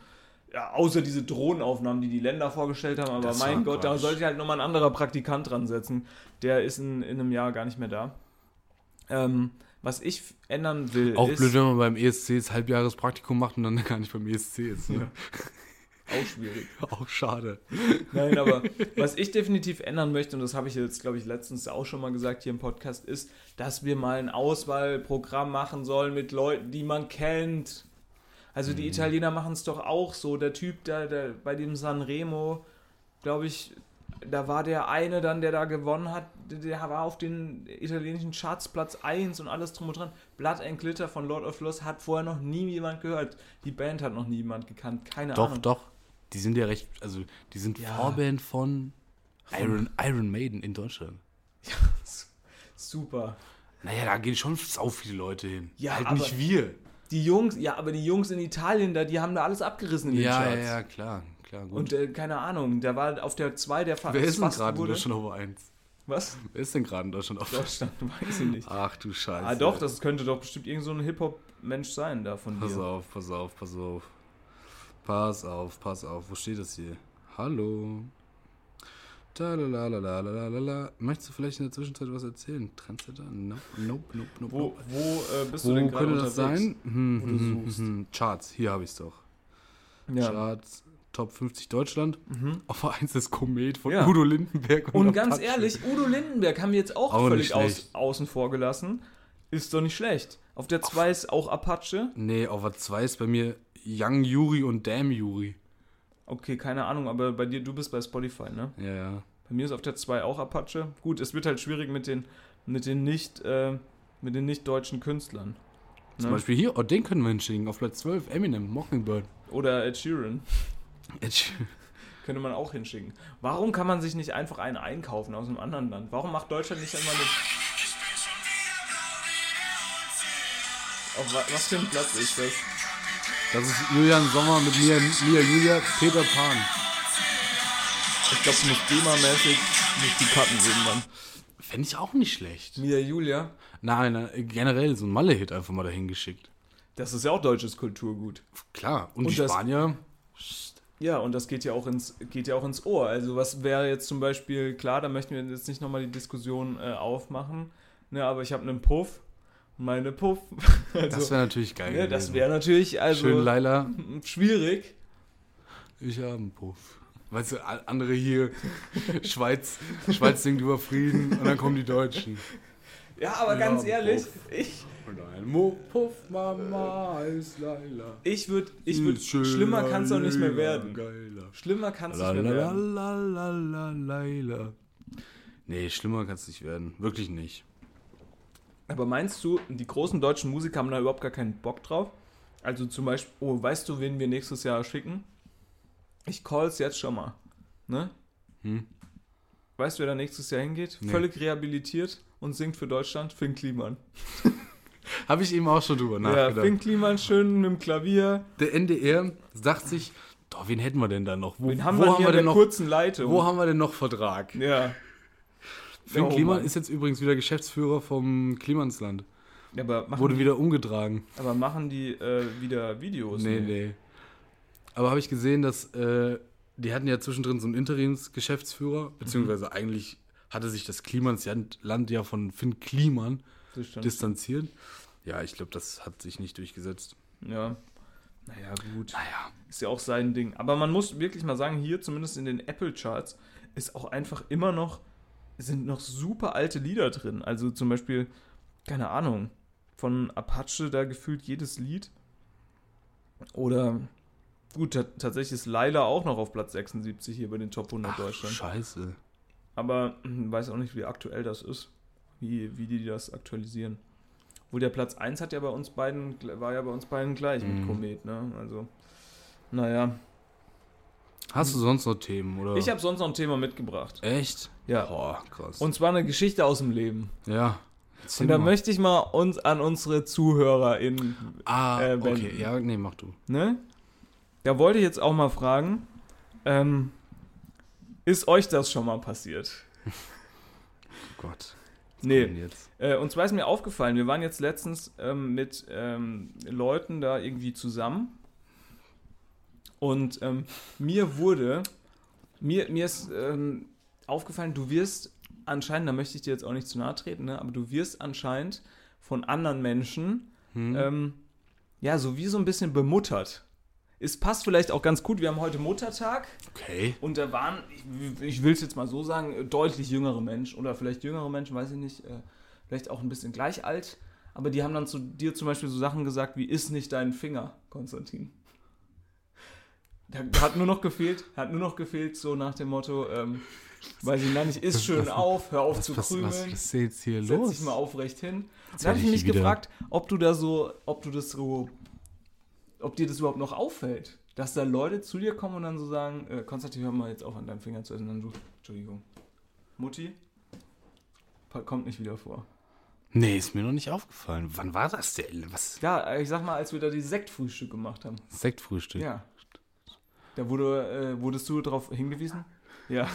D: ja, außer diese Drohnenaufnahmen, die die Länder vorgestellt haben, aber
C: Das
D: mein
C: war
D: Gott, da
C: Quatsch.
D: sollte halt nochmal ein anderer Praktikant dran setzen. Der ist in, in einem Jahr gar nicht mehr da. Ähm, was ich f- ändern will,
C: Auch
D: ist
C: blöd, wenn man beim ESC das Halbjahrespraktikum macht und dann gar nicht beim ESC ist. Ne?
D: auch schwierig.
C: Auch schade.
D: Nein, aber was ich definitiv ändern möchte, und das habe ich jetzt, glaube ich, letztens auch schon mal gesagt hier im Podcast, ist, dass wir mal ein Auswahlprogramm machen sollen mit Leuten, die man kennt. Also
C: Mhm.
D: die Italiener machen es doch auch so. Der Typ da, der, bei dem Sanremo, glaube ich, da war der eine dann, der da gewonnen hat, der- der war auf den italienischen Charts Platz 1 und alles drum und dran. Blood and Glitter von Lord of Lost hat vorher noch nie jemand gehört. Die Band hat noch nie jemand gekannt. Keine
C: Doch,
D: Ahnung.
C: doch. Die sind ja recht, also die sind
D: Ja.
C: Vorband von Iron, Iron Maiden in Deutschland.
D: Super.
C: Naja, da gehen schon sau viele Leute hin.
D: Ja,
C: halt
D: aber-
C: nicht wir.
D: Die Jungs, ja, aber die Jungs in Italien, da, die haben da alles abgerissen in den
C: Ja, ja,
D: Charts.
C: ja, klar, klar, gut.
D: Und äh, keine Ahnung, da war auf der 2 der Fall.
C: Wer ist denn gerade in Deutschland auf 1?
D: Was?
C: Wer ist denn gerade in Deutschland auf 1?
D: Deutschland, weiß ich nicht.
C: Ach du Scheiße.
D: Ah, doch, das könnte doch bestimmt irgend so ein Hip-Hop, Mensch sein da von
C: Pass
D: dir.
C: auf, pass auf, pass auf. Pass auf, pass auf. Wo steht das hier? Hallo. Talalalalalalalala. Möchtest du vielleicht in der Zwischenzeit was erzählen? Trendsetter? Nope, nope, nope, nope.
D: Wo,
C: nope.
D: wo äh, bist du
C: Wo
D: denn
C: könnte
D: gerade unterwegs?
C: das sein? Hm,
D: wo du
C: hm,
D: suchst?
C: hm, Charts, hier habe ich es doch.
D: Ja. Mhm.
C: Charts, Top 50 Deutschland. Auf 1 ist Komet von
D: Ja.
C: Udo Lindenberg.
D: Und
C: auf
D: ganz
C: Platz-
D: ehrlich, Udo Lindenberg haben wir jetzt auch,
C: Auch nicht
D: völlig aus,
C: schlecht.
D: außen vor gelassen. Ist doch nicht schlecht. Auf der 2 ist auch Apache.
C: Nee, auf der 2 ist bei mir Young Yuri und Damn Yuri.
D: Okay, keine Ahnung, aber bei dir, du bist bei Spotify, ne?
C: Ja, ja.
D: Bei mir ist auf der 2 auch Apache. Gut, es wird halt schwierig mit den, mit den nicht, äh, mit den nicht deutschen Künstlern.
C: Zum
D: Ne?
C: Beispiel hier, oh, den können wir hinschicken. Auf Platz 12, Eminem, Mockingbird.
D: Oder Ed Sheeran.
C: Edge.
D: Könnte man auch hinschicken. Warum kann man sich nicht einfach einen einkaufen aus einem anderen Land? Warum macht Deutschland nicht immer eine. Auf wa- was für ein Platz ist das?
C: Das ist Julian Sommer mit Mia, Mia Julia, Peter Pan.
D: Ich glaube, nicht GEMA-mäßig nicht die Karten sehen, Mann.
C: Fände ich auch nicht schlecht.
D: Mia Julia,
C: Nein, nein, generell so ein Malle-Hit einfach mal dahin geschickt.
D: das ist ja auch deutsches Kulturgut.
C: Klar, und,
D: Und
C: die
D: das-
C: Spanier.
D: Ja, und das geht ja auch ins, geht ja auch ins Ohr. Also was wäre jetzt zum Beispiel, klar, da möchten wir jetzt nicht nochmal die Diskussion äh, aufmachen, ne, aber ich habe einen Puff, meine Puff. Also,
C: Das wäre natürlich geil.
D: ne, das
C: gewesen.
D: wäre natürlich also
C: Schön, Laila.
D: schwierig.
C: Ich habe einen Puff. Weißt du, a- andere hier, Schweiz, Schweiz singt über Frieden und dann kommen die Deutschen.
D: Ja, aber
C: Ja,
D: ganz
C: Puff.
D: ehrlich, ich,
C: Und ein Mo Puff, Mama ist Laila.
D: ich würde, ich würd,
C: Schöner,
D: schlimmer kann es doch nicht mehr
C: lieber,
D: werden.
C: Geiler.
D: Schlimmer kann es nicht mehr werden.
C: Lalalalalalalaila. Nee, schlimmer kann es nicht werden. Wirklich nicht.
D: Aber meinst du, die großen deutschen Musiker haben da überhaupt gar keinen Bock drauf? Also zum Beispiel, oh, weißt du, wen wir nächstes Jahr schicken? Ich call's jetzt schon mal. Ne?
C: Hm.
D: Weißt du, wer da nächstes Jahr hingeht?
C: Nee.
D: Völlig rehabilitiert und singt für Deutschland Finn Kliman.
C: Habe ich eben auch schon drüber
D: Ja,
C: nachgedacht.
D: Finn Kliman schön mit dem Klavier.
C: Der NDR sagt sich, doch, wen hätten wir denn da noch? Wo,
D: Wen haben
C: wo
D: wir
C: haben
D: hier
C: wir
D: in der
C: denn noch?
D: kurzen Leitung?
C: Wo haben wir denn noch Vertrag?
D: ja.
C: Finn
D: Oh
C: Kliman
D: Mann.
C: ist jetzt übrigens wieder Geschäftsführer vom Klimansland.
D: Ja, aber, machen
C: Wurde
D: die,
C: wieder umgetragen.
D: aber machen die äh, wieder Videos?
C: Nee, nee. Aber habe ich gesehen, dass äh, die hatten ja zwischendrin so einen
D: Mhm.
C: Interimsgeschäftsführer, beziehungsweise eigentlich hatte sich das Klimansland ja von Finn Kliman
D: Das stimmt.
C: distanziert. Ja, ich glaube, das hat sich nicht durchgesetzt.
D: ja. Naja, gut.
C: Naja.
D: Ist ja auch sein Ding. Aber man muss wirklich mal sagen, hier zumindest in den Apple-Charts ist auch einfach immer noch, sind noch super alte Lieder drin. Also zum Beispiel, keine Ahnung, von Apache da gefühlt jedes Lied. Oder, gut, ta- tatsächlich ist Laila auch noch auf Platz 76 hier bei den Top 100
C: Ach,
D: Deutschland.
C: scheiße.
D: Aber hm, weiß auch nicht, wie aktuell das ist. Wie, wie die das aktualisieren. Wohl der Platz 1 hat ja bei uns beiden, gle- war ja bei uns beiden gleich
C: Mhm.
D: mit Komet, ne? Also, naja.
C: Hast du sonst noch Themen, oder?
D: Ich habe sonst noch ein Thema mitgebracht.
C: Echt?
D: Ja.
C: Boah, krass.
D: Und zwar eine Geschichte aus dem Leben.
C: ja.
D: Und da möchte ich mal uns an unsere ZuhörerInnen,
C: Ah,
D: äh, wenden.
C: okay. Ja, nee, mach du. Oh
D: ne? Da wollte ich jetzt auch mal fragen, ähm, ist euch das schon mal passiert?
C: Gott.
D: Nee.
C: Und Jetzt.
D: Äh, und zwar ist mir aufgefallen, wir waren jetzt letztens ähm, mit ähm, Leuten da irgendwie zusammen. Und ähm, mir wurde, mir, mir ist ähm, aufgefallen, du wirst anscheinend, da möchte ich dir jetzt auch nicht zu nahe treten, ne, aber du wirst anscheinend von anderen Menschen, ähm, ja, so wie so ein bisschen bemuttert. Es passt vielleicht auch ganz gut, wir haben heute Muttertag.
C: Okay.
D: Und da waren, ich, ich will es jetzt mal so sagen, deutlich jüngere Menschen oder vielleicht jüngere Menschen, weiß ich nicht, äh, vielleicht auch ein bisschen gleich alt. Aber die haben dann zu dir zum Beispiel so Sachen gesagt wie, ist nicht dein Finger, Konstantin. Da hat nur noch gefehlt, hat nur noch gefehlt, so nach dem Motto, ähm, weiß ich gar nicht, ist schön auf, hör auf zu
C: Was,
D: krümeln.
C: was ist jetzt hier
D: Setz
C: los?
D: dich mal aufrecht hin. Dann
C: werd
D: habe ich
C: ich
D: mich
C: wieder-
D: gefragt, ob du da so, ob du das so, ob dir das überhaupt noch auffällt, dass da Leute zu dir kommen und dann so sagen, äh, Konstantin, hör mal jetzt auf an deinem Finger zu essen. Und dann du, Entschuldigung, Mutti, Pa- kommt nicht wieder vor.
C: Nee, ist mir noch nicht aufgefallen. Wann war das denn? Was?
D: Ja, äh, ich sag mal, als wir da die Sektfrühstück gemacht haben.
C: Sektfrühstück.
D: Ja. Da wurde, äh, wurdest du darauf hingewiesen? Ja.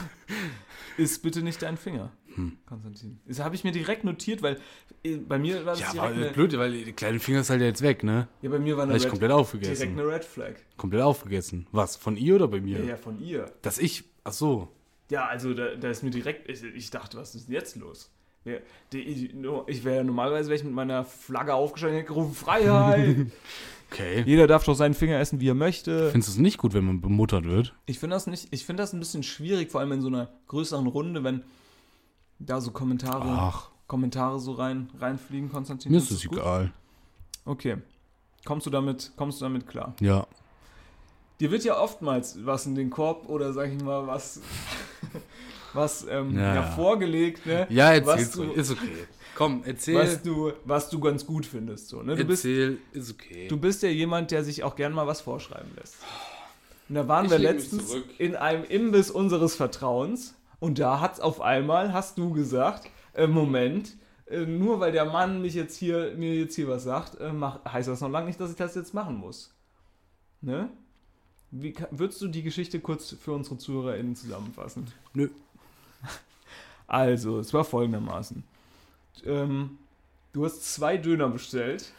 D: Ist bitte nicht dein Finger,
C: Hm.
D: Konstantin. Das habe ich mir direkt notiert, weil äh, bei mir war das
C: Ja, war
D: direkt
C: äh,
D: eine,
C: blöd, weil der kleine Finger ist halt jetzt weg, ne?
D: ja, bei mir war eine
C: Habe ich
D: Red-
C: komplett
D: direkt
C: aufgegessen.
D: eine Red Flag.
C: Komplett aufgegessen. Was? Von ihr oder bei mir?
D: Ja, ja, von ihr.
C: Dass ich. Ach so.
D: Ja, also da, da ist mir direkt, ich, ich dachte, was ist denn jetzt los? Ja, die, ich nur- ich wäre normalerweise wär ich mit meiner Flagge aufgestanden und hätte gerufen, Freiheit!
C: Okay.
D: Jeder darf doch seinen Finger essen, wie er möchte.
C: Findest du es nicht gut, wenn man bemuttert wird?
D: Ich finde das nicht, ich finde das ein bisschen schwierig, vor allem in so einer größeren Runde, wenn da so Kommentare,
C: Ach.
D: Kommentare so rein, reinfliegen, Konstantin.
C: Mir ist
D: findest
C: es
D: du's gut?
C: egal.
D: Okay. Kommst du damit, kommst du damit klar?
C: Ja.
D: Dir wird ja oftmals was in den Korb oder sag ich mal was, was ähm,
C: Ja,
D: ja,
C: ja.
D: vorgelegt, ne?
C: Ja,
D: was
C: erzähl's
D: du,
C: ruhig. Ist okay. Komm, erzähl.
D: was du, was du ganz gut findest, so, ne? Du bist,
C: erzähl, ist okay.
D: du bist ja jemand, der sich auch gern mal was vorschreiben lässt. Und da waren
C: Ich
D: wir
C: lehn mich
D: letztens
C: zurück.
D: in einem Imbiss unseres Vertrauens und da hat's auf einmal, hast du gesagt, äh, Moment, äh, nur weil der Mann mich jetzt hier, mir jetzt hier was sagt, äh, mach, heißt das noch lange nicht, dass ich das jetzt machen muss. Ne? Wie, ka- würdest du die Geschichte kurz für unsere ZuhörerInnen zusammenfassen?
C: Nö.
D: Also, es war folgendermaßen. Ähm, du hast zwei Döner bestellt.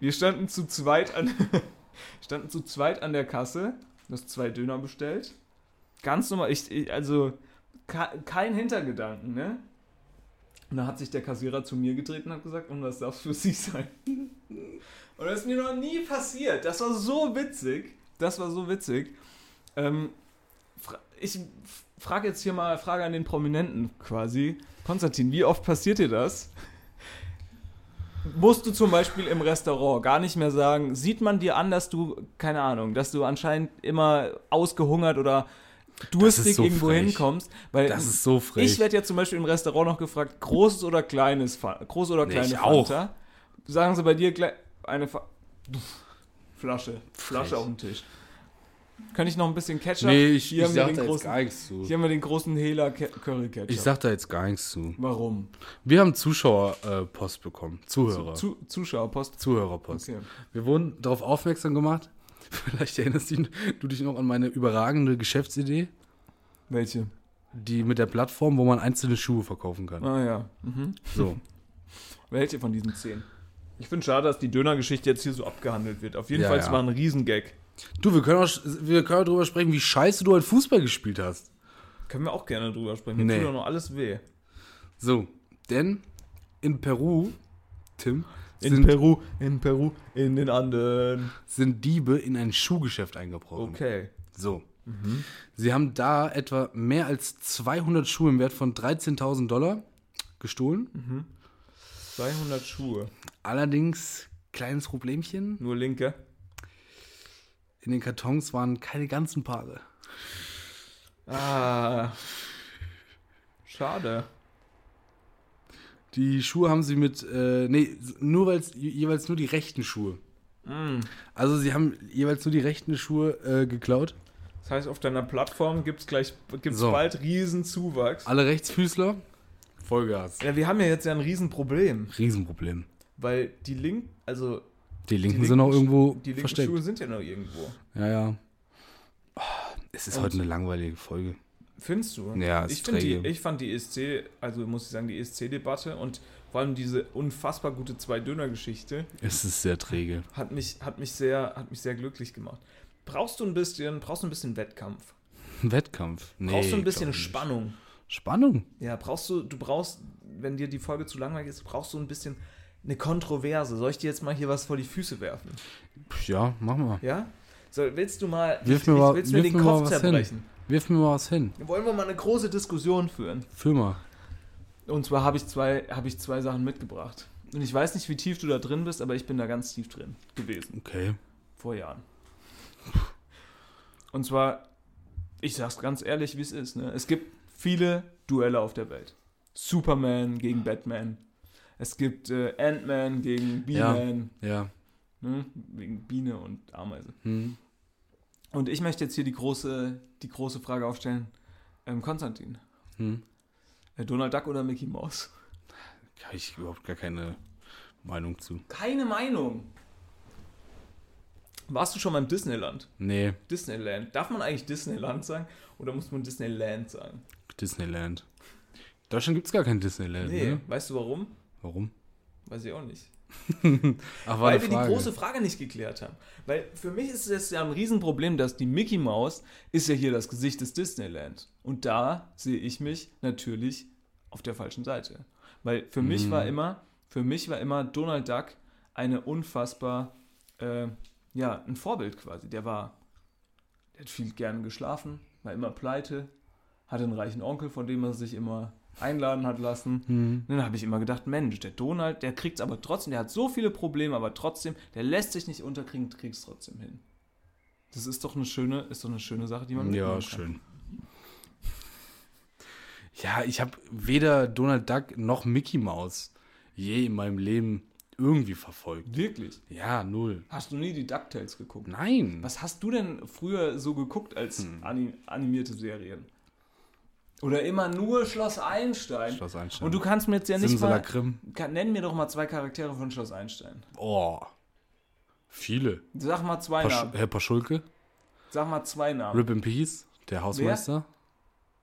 D: Wir standen zu zweit an, standen zu zweit an der Kasse. Du hast zwei Döner bestellt. Ganz normal, ich, ich also ka- kein Hintergedanken, ne? Und da hat sich der Kassierer zu mir gedreht und hat gesagt, und das darf für Sie sein. Und das ist mir noch nie passiert. Das war so witzig. Das war so witzig. Ähm, fra- ich frage jetzt hier mal Frage an den Prominenten quasi. Konstantin, wie oft passiert dir das? Musst du zum Beispiel im Restaurant gar nicht mehr sagen, sieht man dir an, dass du, keine Ahnung, dass du anscheinend immer ausgehungert oder durstig
C: so
D: irgendwo
C: frech.
D: hinkommst? Weil
C: Das ist so frech.
D: ich werde ja zum Beispiel im Restaurant noch gefragt, großes oder kleines, Fa- groß oder
C: Nee,
D: kleine
C: ich auch.
D: Fanta. Sagen Sie bei dir gle- eine Fa Flasche, Flasche
C: Frech.
D: auf dem Tisch. Könnte ich noch ein bisschen Ketchup?
C: nee, ich,
D: hier
C: ich
D: haben wir
C: sag da
D: den
C: jetzt
D: großen,
C: gar nichts zu.
D: hier haben wir den großen Hela Ke Curry Ketchup.
C: Ich sag da jetzt gar nichts zu.
D: Warum?
C: Wir haben Zuschauerpost bekommen. Zuhörer.
D: Zu Zuschauerpost.
C: Zuhörerpost.
D: Okay.
C: Wir wurden darauf aufmerksam gemacht. Vielleicht erinnerst du du dich noch an meine überragende Geschäftsidee,
D: Welche?
C: die mit der Plattform, wo man einzelne Schuhe verkaufen kann.
D: Ah ja. Mhm.
C: So.
D: Welche von diesen zehn? Ich finde schade, dass die Dönergeschichte jetzt hier so abgehandelt wird. Auf jeden
C: Ja,
D: Fall, es
C: ja.
D: war ein Riesengag.
C: Du, wir können auch wir können auch drüber sprechen, wie scheiße du halt Fußball gespielt hast.
D: Können wir auch gerne drüber sprechen. Mir
C: Nee.
D: tut doch noch alles weh.
C: So, denn in Peru, Tim,
D: In
C: sind,
D: Peru, in Peru, in den Anden.
C: sind Diebe in ein Schuhgeschäft eingebrochen.
D: Okay. Mhm.
C: So. Sie haben da etwa mehr als 200 Schuhe im Wert von 13.000 Dollar gestohlen.
D: Mhm. 200 Schuhe.
C: Allerdings, kleines Problemchen,
D: Nur linke.
C: in den Kartons waren keine ganzen Paare.
D: Ah. Schade.
C: Die Schuhe haben sie mit, äh, nee, nur weil's, je- jeweils nur die rechten Schuhe. Also sie haben jeweils nur die rechten Schuhe äh, geklaut.
D: Das heißt, auf deiner Plattform gibt's gleich gibt's
C: So.
D: bald riesen Zuwachs.
C: Alle Rechtsfüßler, Vollgas.
D: Ja, wir haben ja jetzt ja ein Riesenproblem,
C: Riesenproblem.
D: weil die link also
C: Die Linken,
D: die
C: sind auch irgendwo
D: die linken
C: versteckt.
D: Schuhe sind ja noch irgendwo.
C: Ja, ja. Ah, Es ist
D: Und-
C: heute eine langweilige Folge.
D: Findest du?
C: Ja, ist
D: ich, find die,
C: träge.
D: ich fand die ESC, also muss ich sagen, die ESC-Debatte und vor allem diese unfassbar gute Zwei-Döner-Geschichte
C: Es ist sehr träge.
D: hat mich, hat, mich sehr, hat mich sehr glücklich gemacht. Brauchst du ein bisschen, brauchst du ein bisschen Wettkampf?
C: Ein Wettkampf. Nee,
D: Brauchst du ein bisschen
C: glaub ich nicht.
D: Spannung?
C: Spannung?
D: Ja, brauchst du, du brauchst, wenn dir die Folge zu langweilig ist, brauchst du ein bisschen eine Kontroverse. Soll ich dir jetzt mal hier was vor die Füße werfen?
C: Pff, Ja, mach mal.
D: Ja? So, willst du mal,
C: Wirf mir mal,
D: willst
C: wirf
D: du mir den
C: mir mal
D: Kopf
C: was hin.
D: zerbrechen?
C: Wirf mir mal was hin.
D: Wollen wir mal eine große Diskussion führen?
C: Fühl mal.
D: Und zwar habe ich, zwei- habe ich zwei Sachen mitgebracht. Und ich weiß nicht, wie tief du da drin bist, aber ich bin da ganz tief drin gewesen.
C: Okay.
D: Vor Jahren. Und zwar, ich sag's ganz ehrlich, wie es ist. Ne? Es gibt viele Duelle auf der Welt. Superman gegen Batman. Es gibt äh, Ant-Man gegen B-Man.
C: Ja.
D: Ne? Wegen Biene und Ameise.
C: Hm.
D: Und ich möchte jetzt hier die große, die große Frage aufstellen. Ähm, Konstantin,
C: Hm.
D: äh, Donald Duck oder Mickey Mouse?
C: Habe ich überhaupt gar keine Meinung zu.
D: Keine Meinung. Warst du schon mal im Disneyland?
C: Nee,
D: Disneyland. Darf man eigentlich Disneyland sagen oder muss man Disneyland sagen?
C: Disneyland. In Deutschland gibt es gar kein Disneyland,
D: Nee,
C: ne?
D: weißt du warum?
C: Warum?
D: Weiß ich auch nicht.
C: Ach, war
D: Weil
C: eine
D: wir
C: Frage.
D: die große Frage nicht geklärt haben. Weil für mich ist es ja ein Riesenproblem, dass die Mickey Maus ist ja hier das Gesicht des Disneyland. Und da sehe ich mich natürlich auf der falschen Seite. Weil für
C: Mhm.
D: mich war immer, für mich war immer Donald Duck eine unfassbar, äh, ja, ein Vorbild quasi. Der war, der hat viel gern geschlafen, war immer pleite, hatte einen reichen Onkel, von dem er sich immer einladen hat lassen.
C: Hm.
D: Und dann habe ich immer gedacht, Mensch, der Donald, der kriegt's aber trotzdem, der hat so viele Probleme, aber trotzdem, der lässt sich nicht unterkriegen, kriegt's trotzdem hin. Das ist doch eine schöne, ist doch eine schöne Sache, die man
C: Ja,
D: mitnehmen
C: schön. Ja, ich habe weder Donald Duck noch Mickey Mouse je in meinem Leben irgendwie verfolgt.
D: Wirklich?
C: Ja, null.
D: Hast du nie die DuckTales geguckt?
C: Nein. Hm.
D: Was hast du denn früher so geguckt als ani animierte Serien? Oder immer nur Schloss Einstein?
C: Schloss Einstein.
D: Und du kannst mir jetzt ja nicht mal...
C: Simsalakrim.
D: Kann, nenn mir doch mal zwei Charaktere von Schloss Einstein.
C: Oh. Viele.
D: Sag mal zwei
C: Pasch
D: Namen.
C: Herr Paschulke,
D: Sag mal zwei Namen.
C: Rip in Peace, der Hausmeister.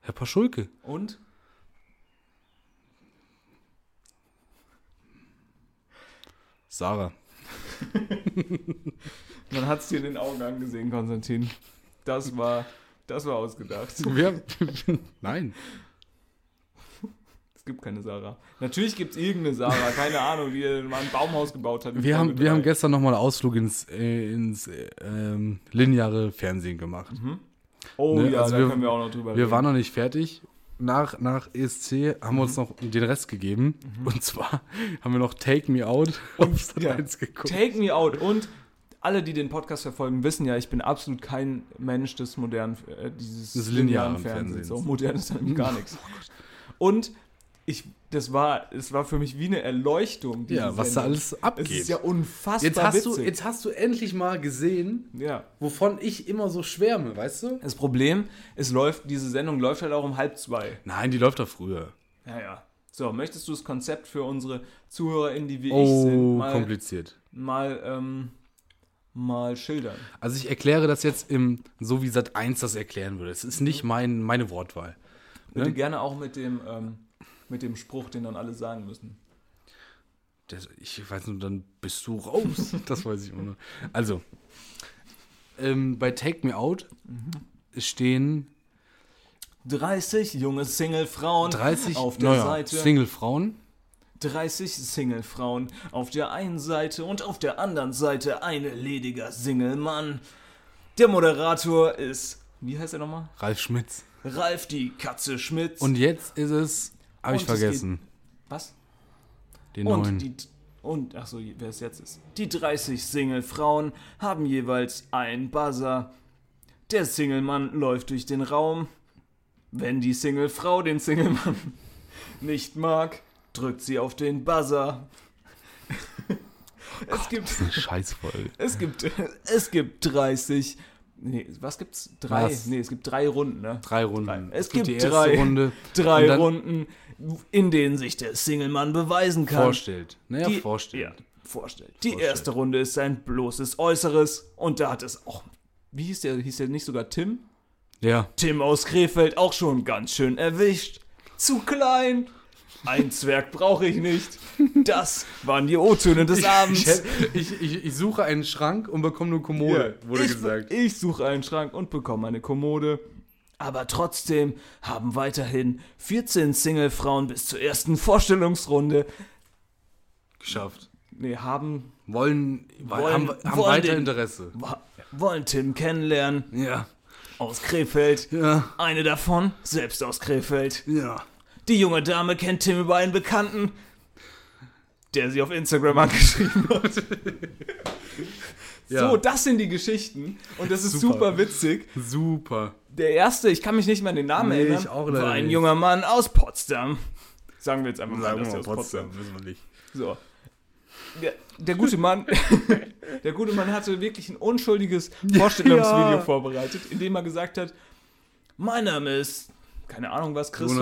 C: Herr Paschulke.
D: Und?
C: Sarah.
D: Man hat es dir in den Augen angesehen, Konstantin. Das war, das war ausgedacht.
C: Wir, nein.
D: Es gibt keine Sarah. Natürlich gibt es irgendeine Sarah, keine Ahnung, die mal ein Baumhaus gebaut hat.
C: Wir haben, wir haben gestern nochmal einen Ausflug ins, äh, ins äh, ähm, lineare Fernsehen gemacht.
D: Oh
C: ne,
D: ja,
C: also
D: da
C: wir-
D: können wir auch noch drüber
C: Wir
D: reden.
C: waren noch nicht fertig. Nach, nach ESC haben wir uns noch den Rest gegeben. Und zwar haben wir noch Take Me Out auf Sat
D: ja.
C: 1 geguckt.
D: Take me out. Und alle, die den Podcast verfolgen, wissen ja, ich bin absolut kein Mensch des modernen, äh, dieses
C: Des linearen Fernsehens.
D: So modern ist dann gar nichts. Und ich, das war, es war für mich wie eine Erleuchtung. diese
C: ja, was da
D: Sendung.
C: alles
D: Es
C: abgeht.
D: ist ja unfassbar
C: jetzt, hast du,
D: witzig.
C: jetzt hast du endlich mal gesehen,
D: ja.
C: wovon ich immer so schwärme, weißt du?
D: Das Problem, es läuft, diese Sendung läuft halt auch um halb zwei.
C: Nein, die läuft doch früher.
D: Ja, ja. So, möchtest du das Konzept für unsere ZuhörerInnen, die wie ich sind,
C: Oh,
D: mal,
C: kompliziert.
D: mal, ähm, mal schildern?
C: Also ich erkläre das jetzt im, so wie Sat 1 das erklären würde. Es ist nicht mein, meine Wortwahl.
D: Bitte
C: Ne?
D: gerne auch mit dem, ähm, mit dem Spruch, den dann alle sagen müssen.
C: Das, ich weiß nur, dann bist du raus. das weiß ich immer nur. Also, ähm, bei Take Me Out
D: Mhm.
C: stehen
D: 30 junge Single-Frauen
C: 30
D: auf der
C: naja,
D: Seite.
C: Single-Frauen.
D: 30 Single-Frauen auf der einen Seite und auf der anderen Seite ein lediger Single-Mann. Der Moderator ist, wie heißt er nochmal?
C: Ralf Schmitz.
D: Ralf die Katze Schmitz.
C: Und jetzt ist es, habe
D: Und
C: ich
D: es geht-
C: vergessen,
D: was?
C: den neuen.
D: Und die und ach so, wer es jetzt ist. Die 30 Single Frauen haben jeweils einen Buzzer. Der Single Mann läuft durch den Raum. Wenn die Single Frau den Single Mann nicht mag, drückt sie auf den Buzzer. es gibt
C: eine Scheißfolge.
D: es gibt es gibt 30 Nee, was gibt's? Drei?
C: Was?
D: Nee, es gibt drei Runden, ne?
C: Drei Runden.
D: Drei. Es
C: die
D: gibt
C: erste
D: drei.
C: Runde. und
D: Drei
C: dann
D: Runden, in denen sich der Single-Mann beweisen kann.
C: Vorstellt. Naja,
D: Die-
C: vorstellt.
D: Ja, vorstellt. Die erste Runde ist sein bloßes Äußeres und da hat es auch. Wie hieß der? Hieß der nicht sogar Tim?
C: Ja.
D: Tim aus Krefeld auch schon ganz schön erwischt. Zu klein. Ein Zwerg brauche ich nicht. Das waren die O-Töne des
C: Ich,
D: Abends.
C: hätte- ich, ich, ich suche einen Schrank und bekomme eine Kommode, wurde
D: ich,
C: gesagt.
D: Ich suche einen Schrank und bekomme eine Kommode. Aber trotzdem haben weiterhin 14 Single-Frauen bis zur ersten Vorstellungsrunde.
C: Geschafft.
D: Nee, haben.
C: Wollen,
D: Wollen-
C: haben, haben
D: wollen
C: weiter
D: den-
C: Interesse.
D: wa- Wollen Tim kennenlernen
C: Ja.
D: aus Krefeld.
C: Ja.
D: Eine davon, selbst aus Krefeld.
C: Ja.
D: Die junge Dame kennt Tim über einen Bekannten, der sie auf Instagram angeschrieben hat.
C: Ja.
D: So, das sind die Geschichten und das ist super,
C: Super.
D: witzig.
C: Super.
D: Der erste, ich kann mich nicht mehr an den Namen
C: Nee,
D: erinnern,
C: ich auch leider
D: war ein
C: nicht.
D: junger Mann aus Potsdam. Sagen wir jetzt einfach mal, dass er aus Potsdam.
C: wissen wir nicht.
D: So. Der, der gute Mann, der gute Mann hatte wirklich ein unschuldiges Vorstellungsvideo
C: Ja.
D: vorbereitet, in dem er gesagt hat: Mein Name ist, keine Ahnung was, Christoph.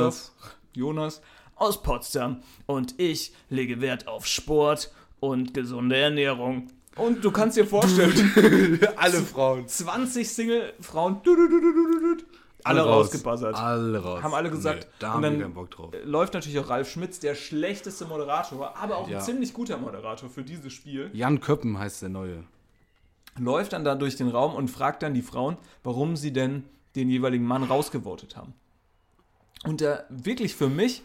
C: Jonas.
D: Jonas aus Potsdam und ich lege Wert auf Sport und gesunde Ernährung. Und du kannst dir vorstellen,
C: Alle Frauen.
D: 20 Single-Frauen, du, du, du, du, du, du, du, alle rausgebuzzert.
C: Alle raus.
D: Haben alle gesagt, und
C: da haben
D: dann- Äh,
C: wir keinen Bock drauf.
D: Läuft natürlich auch Ralf Schmitz, der schlechteste Moderator, aber auch
C: Ja.
D: ein ziemlich guter Moderator für dieses Spiel.
C: Jan Köppen heißt der Neue.
D: läuft dann da durch den Raum und fragt dann die Frauen, warum sie denn den jeweiligen Mann rausgevotet haben. Und da wirklich für mich,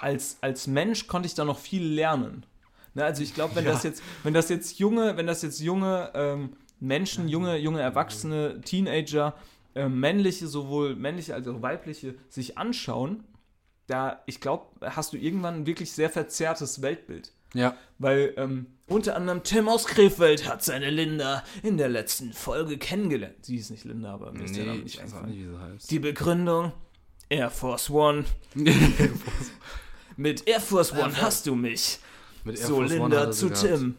D: als, als Mensch konnte ich da noch viel lernen. Ne, also ich glaube, wenn das jetzt, wenn das jetzt junge, wenn das jetzt junge ähm, Menschen, junge, junge Erwachsene, Teenager, ähm, männliche, sowohl männliche als auch weibliche, sich anschauen, da, ich glaube, hast du irgendwann ein wirklich sehr verzerrtes Weltbild.
C: Ja.
D: Weil ähm, unter anderem Tim aus Krefeld hat seine Linda in der letzten Folge kennengelernt. Sie ist nicht Linda, aber mir ist der Name nicht eingefallen.
C: wie sie heißt.
D: Die Begründung: Air Force One. Mit Air Force One hast du mich.
C: Mit Air
D: So
C: Force One hat
D: Linda
C: er sie
D: zu
C: gehabt.
D: Tim.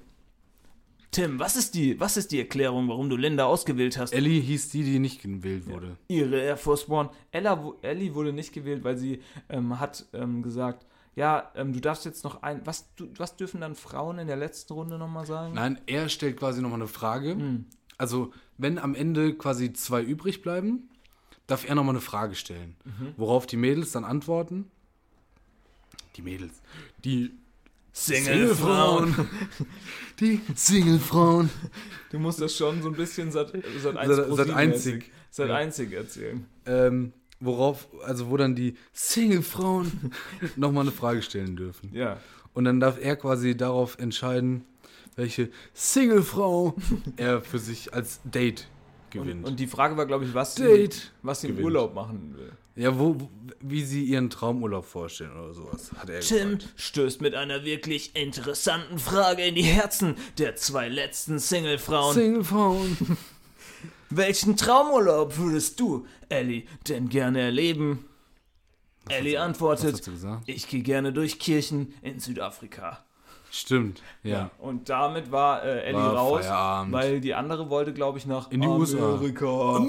D: Tim, was ist, die, was ist die Erklärung, warum du Linda ausgewählt hast?
C: Ellie hieß die, die nicht gewählt wurde.
D: ihre Air Force One. Ella, wu- Ellie wurde nicht gewählt, weil sie ähm, hat ähm, gesagt, ja, ähm, du darfst jetzt noch ein. Was, du, was dürfen dann Frauen in der letzten Runde nochmal sagen?
C: Nein, er stellt quasi nochmal eine Frage.
D: Hm.
C: Also, wenn am Ende quasi zwei übrig bleiben, darf er nochmal eine Frage stellen.
D: Mhm.
C: Worauf die Mädels dann antworten. Die Mädels. Die
D: Singlefrauen.
C: Die Singlefrauen.
D: Du musst das schon so ein bisschen seit, seit,
C: Sat-
D: pro
C: Sat
D: sieben
C: einzig.
D: mäßig- Seit
C: Ja.
D: einzig erzählen.
C: Ähm, worauf, also wo dann die Singlefrauen nochmal eine Frage stellen dürfen.
D: Ja.
C: Und dann darf er quasi darauf entscheiden, welche Singlefrau er für sich als Date gewinnt.
D: Und, und die Frage war, glaube ich, was sie,
C: Date.
D: was sie im
C: gewinnt.
D: Urlaub machen will.
C: Ja, wo, wo- wie sie ihren Traumurlaub vorstellen oder sowas, hat er
E: Tim
C: gefragt.
E: stößt mit einer wirklich interessanten Frage in die Herzen der zwei letzten Singlefrauen.
C: Singlefrauen.
E: Welchen Traumurlaub würdest du, Ellie, denn gerne erleben? Ellie
C: Was
E: antwortet,
C: hast du gesagt?
E: ich gehe gerne durch Kirchen in Südafrika.
C: Stimmt, ja.
D: Und damit war äh, Ellie
C: War
D: raus,
C: Feierabend.
D: weil die andere wollte, glaube ich, nach
C: In die USA.
D: Amerika.